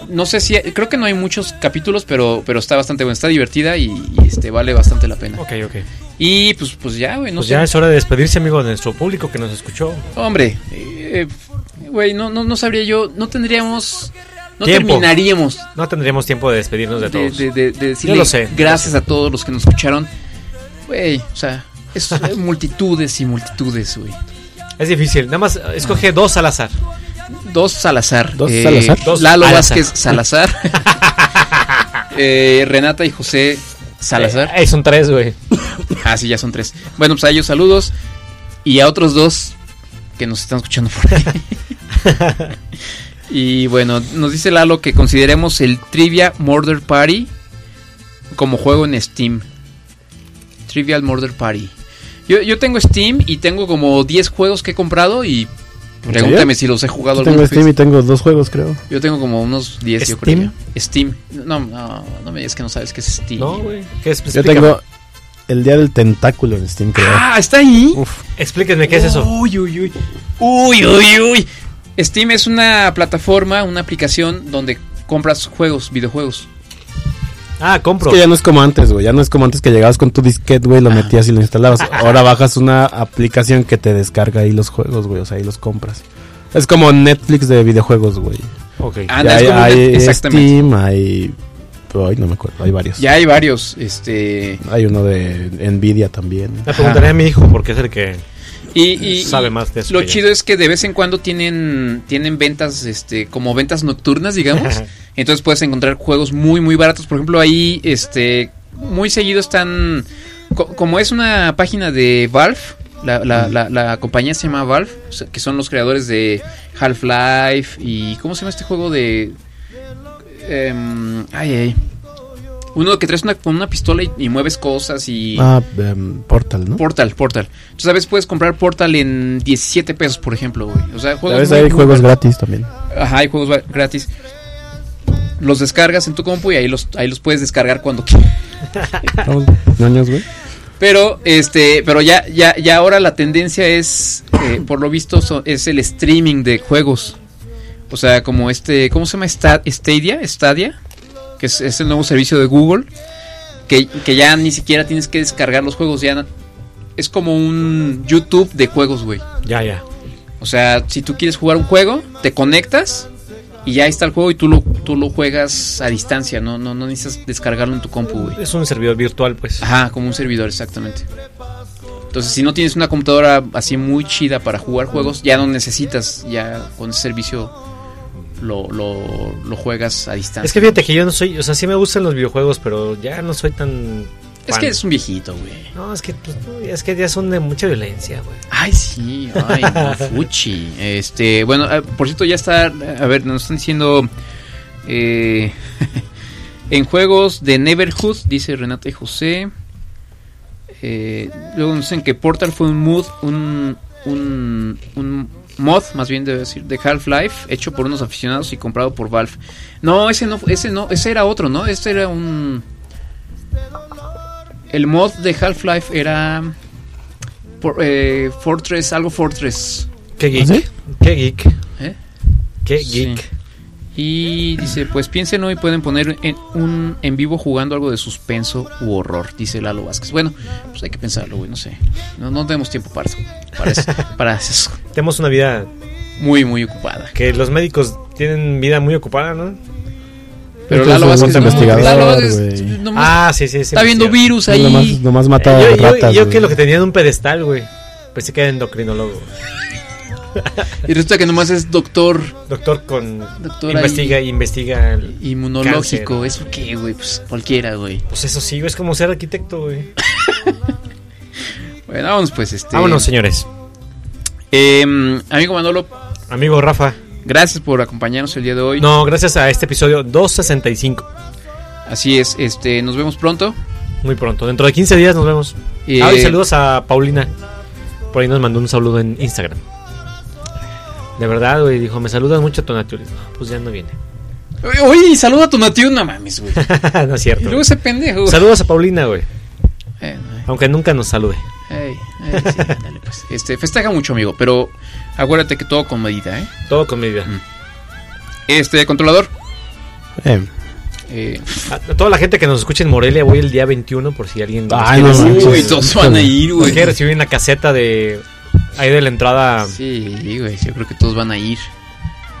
No sé si, creo que no hay muchos capítulos, pero, pero está bastante buena, está divertida y, y, este, vale bastante la pena. Ok, ok. Y pues, pues ya, güey, no pues sé. ya es hora de despedirse, amigo, de nuestro público que nos escuchó. Hombre, eh, güey, no, no, no sabría yo, no tendríamos, no Tiempo. terminaríamos No tendríamos tiempo de despedirnos de de, todos. de- de- de decirle Yo lo sé. gracias a todos los que nos escucharon. Güey, o sea, es eh, multitudes y multitudes, güey. Es difícil, nada más eh, escoge dos al azar. Dos Salazar. Dos Eh, Salazar. Dos Lalo al azar. Vázquez Salazar. Eh, Renata y José Salazar. Eh, eh, son tres, güey. Ah, sí, ya son tres. Bueno, pues a ellos saludos. Y a otros dos que nos están escuchando por ahí. y bueno, nos dice Lalo que consideremos el Trivia Murder Party como juego en Steam. Trivial Murder Party. Yo, yo tengo Steam y tengo como 10 juegos que he comprado y ¿En pregúntame serio? si los he jugado Yo alguna tengo vez. Steam y tengo dos juegos, creo. Yo tengo como unos 10, yo creo. ¿Steam? ya. Steam. No, no, no me digas que no sabes qué es Steam. No, güey. ¿Qué es? Yo tengo el día del tentáculo en Steam, creo. Ah, está ahí. Explíquenme qué es eso. Uy, uy, uy. Uy, uy, uy. Steam es una plataforma, una aplicación donde compras juegos, videojuegos. Ah, compro. Es que ya no es como antes, güey. Ya no es como antes que llegabas con tu disquete, güey, lo metías y lo instalabas. Ahora bajas una aplicación que te descarga ahí los juegos, güey. O sea, ahí los compras. Es como Netflix de videojuegos, güey. Ok. Ya Anda, es hay, como un hay Net- exactamente. Steam, hay... Ay, no me acuerdo. Hay varios. Ya hay varios. Este. Hay uno de Nvidia también. Le preguntaré a mi hijo porque es el que Y, y- sabe más de eso. Lo que yo. chido es que de vez en cuando tienen, tienen ventas, este, como ventas nocturnas, digamos. Entonces puedes encontrar juegos muy, muy baratos. Por ejemplo, ahí, este, muy seguido están, co- como es una página de Valve, la, la- la- la compañía se llama Valve, o sea, que son los creadores de Half-Life y, ¿cómo se llama este juego de...? em, ay, ay. Uno que traes una, con una pistola y, y mueves cosas y... Ah, em, Portal, ¿no? Portal, Portal. Tú sabes, puedes comprar Portal en 17 pesos, por ejemplo, güey. O sea, A juegos veces muy- hay muy juegos gratis también. Ajá, hay juegos va- gratis. Los descargas en tu compu y ahí los, ahí los puedes descargar cuando quieras. Estamos ñoños, güey. Pero, este, pero ya, ya, ya ahora la tendencia es, eh, por lo visto, so- es el streaming de juegos. O sea, como este, ¿cómo se llama? Sta- Stadia, Stadia, que es, es el nuevo servicio de Google, que, que ya ni siquiera tienes que descargar los juegos, ya na- es como un YouTube de juegos, güey. Ya, ya. O sea, si tú quieres jugar un juego, te conectas y ya ahí está el juego y tú lo, tú lo juegas a distancia, no, no, no necesitas descargarlo en tu compu, güey. Es un servidor virtual, pues. Ajá, como un servidor, exactamente. Entonces, si no tienes una computadora así muy chida para jugar juegos, ya no necesitas, ya con ese servicio lo, lo, lo juegas a distancia. Es que fíjate que yo no soy, o sea, sí me gustan los videojuegos, pero ya no soy tan. Es fan. que es un viejito, güey. No, es que, pues, no, es que ya son de mucha violencia, güey. Ay, sí, ay, no, fuchi. Este, bueno, ah, por cierto, ya está, a ver, nos están diciendo... eh, en juegos de Neverhood, dice Renata y José. Eh, luego nos dicen que Portal fue un mood, un, un, un mod, más bien debe decir, de Half-Life, hecho por unos aficionados y comprado por Valve. No, ese no, fu- ese no, ese era otro, ¿no? Este era un... El mod de Half-Life era... por- eh, Fortress, algo Fortress. ¿Ah, Qué geek. Qué geek. ¿Eh? Qué Sí. geek. Y dice, pues piénsenlo y pueden poner en un en vivo jugando algo de suspenso u horror, dice Lalo Vázquez. Bueno, pues hay que pensarlo, güey, no sé. No, no tenemos tiempo para eso. Para eso, para eso. Tenemos una vida. Muy, muy ocupada. Que los médicos tienen vida muy ocupada, ¿no? Pero Lalo Vázquez, no, Lalo Vázquez, güey. nomás Ah, sí, sí, sí. está viendo virus ahí. Nomás, nomás mataba Eh, Yo, yo- ratas, yo güey. que lo que tenía en un pedestal, güey. Pensé que era endocrinólogo. Y resulta que nomás es doctor Doctor con. Doctor investiga, investiga. el inmunológico. cáncer. ¿Eso qué, güey? Pues cualquiera, güey. Pues eso sí, güey, es como ser arquitecto, güey. Bueno, vámonos pues. Este, Vámonos, señores. Em, amigo Manolo. Amigo Rafa. Gracias por acompañarnos el día de hoy. No, gracias a este episodio 265. Así es, este, nos vemos pronto. Muy pronto. Dentro de 15 días nos vemos. Eh, Ah, y saludos a Paulina. Por ahí nos mandó un saludo en Instagram. De verdad, güey, dijo, me saludas mucho, Tonatiuh. Pues ya no viene. Oye, y saluda a tu Natiu, no mames, güey. no es cierto. Y luego ese pendejo. güey. Saludos a Paulina, güey. Eh, Aunque nunca nos salude. Ey, ey, sí, dale, pues. Este, festeja mucho, amigo, pero acuérdate que todo con medida, ¿eh? Todo con medida. Este, controlador. Eh, Eh, A, a toda la gente que nos escucha en Morelia, voy el día 21 por si alguien... nos quiere Ay, no recibir manches. sus- Uy, todos van a ir, güey. nos quiere recibir en la caseta de... Ahí de la entrada... Sí, güey, yo creo que todos van a ir.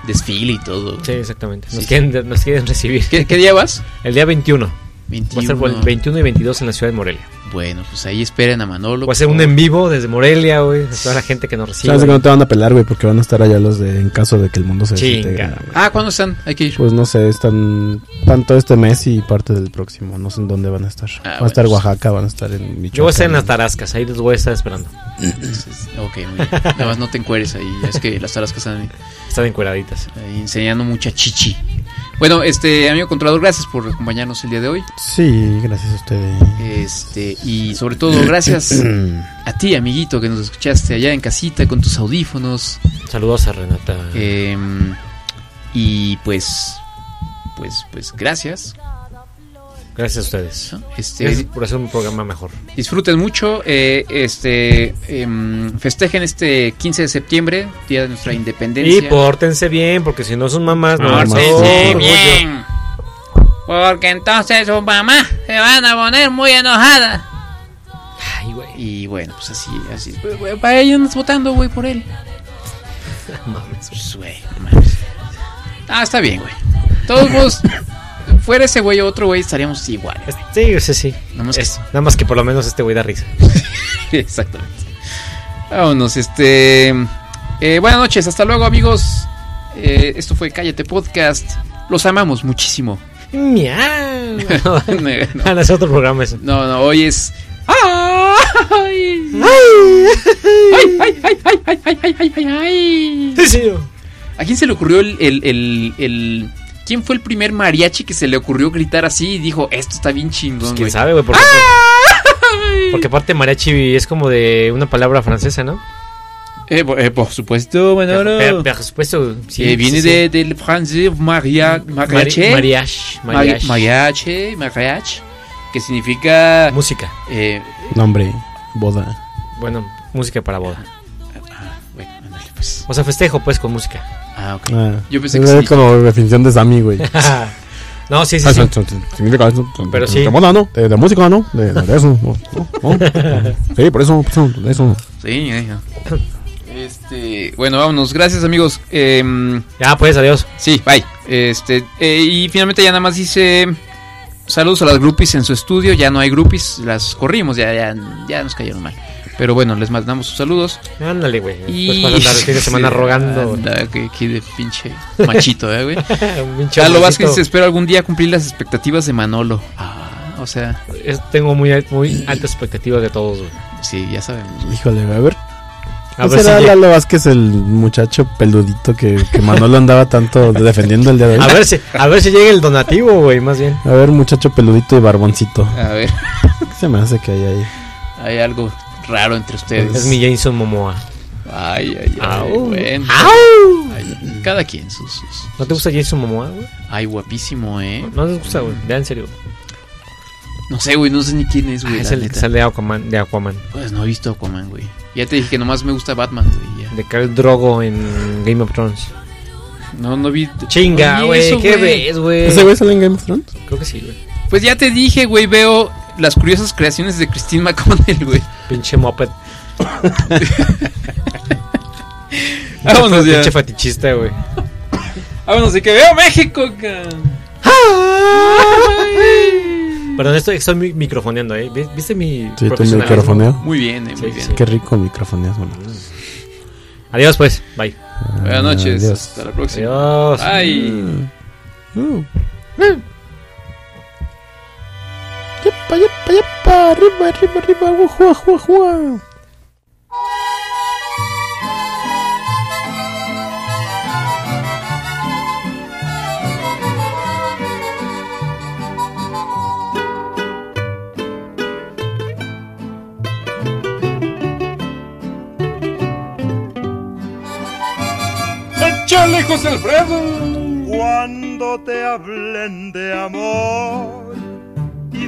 Desfile y todo. Sí, exactamente. Nos, Sí. Quieren, nos quieren recibir. ¿Qué, qué día vas? El día 21. Va a ser por el 21. 21 y 22 en la ciudad de Morelia. Bueno, pues ahí esperen a Manolo. Va a ser un em- en vivo desde Morelia, güey. A toda la gente que nos recibe. Sabes que no te van a pelar, güey, porque van a estar allá los de en caso de que el mundo se desintegre. Chinga. Ah, ¿cuándo están? Hay que ir. Pues no sé, están tanto este mes y parte del próximo, no sé en dónde van a estar. van bueno, a estar pues. Oaxaca, van a estar en Michoacán. Yo voy a estar en las Tarascas, ahí los voy a estar esperando. Ok, muy bien. Nada más no te encueres ahí. Es que las tarascas están, están encueraditas. Ahí enseñando mucha chichi. Bueno, este amigo controlador, gracias por acompañarnos el día de hoy. Sí, gracias a ustedes. Este, y sobre todo, gracias a ti, amiguito, que nos escuchaste allá en casita con tus audífonos. em, Saludos a Renata. Eh, y pues, pues, pues, gracias. Gracias a ustedes. Este- Gracias por hacer un programa mejor. Disfruten mucho, eh, este, em, festejen este 15 de septiembre, día de nuestra independencia. Y pórtense bien, porque si no son mamás, no van a Pórtense ser orgullo. bien. Porque entonces su mamá se van a poner muy enojadas. Y bueno, pues así, así. Vayan votando, güey, por él. Pues, güey, no mames. Ah, está bien, güey. Todos vos, fuera ese güey o otro güey, estaríamos igual. Sí, sí, sí. Nada más, Es- nada más que por lo menos este güey da risa. que- Exactamente. Vámonos, este. eh, buenas noches, hasta luego, amigos. Eh, esto fue Cállate Podcast. Los amamos muchísimo. Miau. no, Ah, no, es otro programa ese. no, no, hoy es. ¡Ay! ¿A quién se le ocurrió el, el- el- el- ¿Quién fue el primer mariachi que se le ocurrió gritar así y dijo, esto está bien chingón, Pues, ¿Quién güey? sabe, güey? Porque, porque aparte mariachi es como de una palabra francesa, ¿no? Eh, por, eh, por supuesto, Manolo. Pero, pero, por supuesto, sí. Eh, viene sí, sí. de- del francés maria, mariachi. Mari- mariage, Mari- mariage. mariachi, mariachi, Que significa... Música. Eh, Nombre, boda. Bueno, música para boda. bueno, ándale, pues. O sea, festejo pues con música. Ah, ok. Ah, Yo pensé que es sí. como definición de Sammy, güey. no, sí, sí, Ah, sí. son- son- son- significa eso. son- Pero son- sí. De moda, ¿no? De, de música, ¿no? De, de eso. ¿no? ¿no? Sí, por eso, por eso, de eso. Sí, eh, no. Este, bueno, vámonos. Gracias, amigos. Em, ya, pues, adiós. Sí, bye. Este, eh, y finalmente ya nada más dice saludos a las groupies en su estudio. Ya no hay groupies, las corrimos, ya, ya, ya nos cayeron mal. Pero bueno, les mandamos sus saludos. Ándale, güey. Después Y vas a andar el fin de semana Sí, rogando. anda, que, que de pinche machito, eh, güey. Un pinche Lalo hombrecito. Vázquez, espero algún día cumplir las expectativas de Manolo. Ah, o sea, Es- tengo muy, al- muy altas expectativas de todos, güey. sí, ya sabemos. Híjole, a ver. A ¿Ese ver si era llega- Lalo Vázquez, el muchacho peludito que, que Manolo andaba tanto defendiendo el día de hoy? A ver si, a ver si llega el donativo, güey, más bien. A ver, muchacho peludito y barboncito. A ver, ¿Qué se me hace que hay ahí? hay algo raro entre ustedes. Es mi Jason Momoa. Ay, ay, ay. Au. Ah, bueno. Au. Ay, cada quien sus, sus- ¿No te gusta Jason Momoa, güey? Ay, guapísimo, ¿eh? No te gusta, güey. Ya, en serio. No sé, güey, no sé ni quién es, güey. Ah, la es el que neta. sale de Aquaman. De, Aquaman. Pues no he visto Aquaman, güey. Ya te dije que nomás me gusta Batman, güey. ya. de Khal Drogo en Game of Thrones. No, no vi. Chinga, Oye, güey. eso, ¿Qué ves, güey? ¿Ese güey sale en Game of Thrones? Creo que sí, güey. Pues ya te dije, güey, veo las curiosas creaciones de Christine McConnell, güey. Pinche moped. Vámonos ya. Pinche fetichista, güey. Vámonos, y Ah, que veo México, cabrón. Perdón, estoy, estoy mi- microfoneando, ¿eh? ¿Vis- ¿Viste mi Sí, tu profesionalismo? microfoneo. Muy bien, eh, muy Sí, bien. sí. Qué rico microfoneas, bueno. Adiós, pues. Bye. Buenas noches. Adiós. Hasta la próxima. Adiós. Ay. Yepa, yepa, yepa, arriba, arriba, arriba, guajua, guajua. ¡Échale, José Alfredo! Cuando te hablen de amor y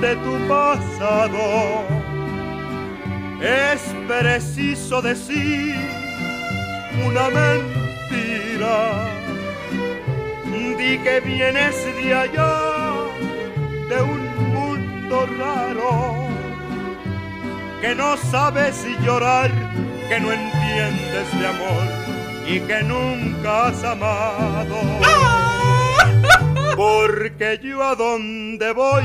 de tu pasado, es preciso decir una mentira. Di que vienes de allá, de un mundo raro, que no sabes llorar, que no entiendes de amor y que nunca has amado. Porque yo a donde voy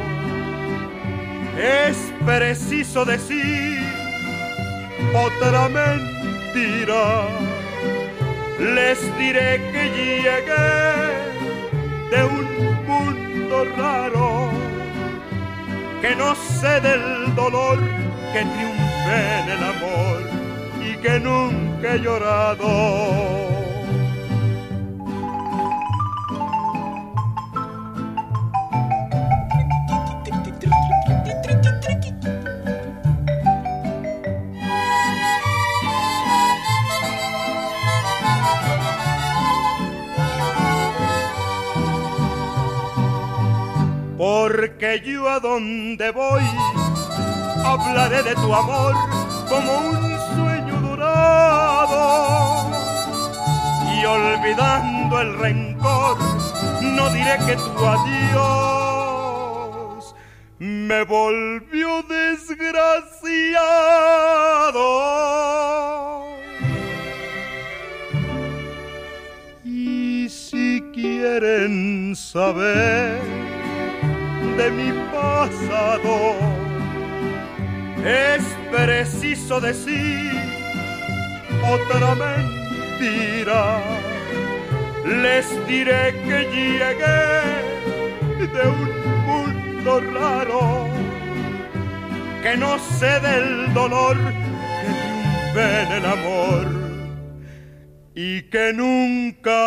es preciso decir otra mentira. Les diré que llegué de un mundo raro, que no sé del dolor, que triunfé en el amor y que nunca he llorado. Porque yo a donde voy hablaré de tu amor como un sueño dorado. Y olvidando el rencor, no diré que tu adiós me volvió desgraciado. Y si quieren saber de mi pasado, es preciso decir otra mentira. Les diré que llegué de un mundo raro, que no sé del dolor que triunfé en el amor y que nunca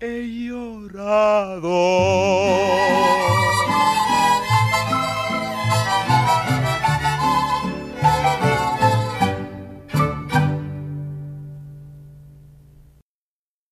he llorado.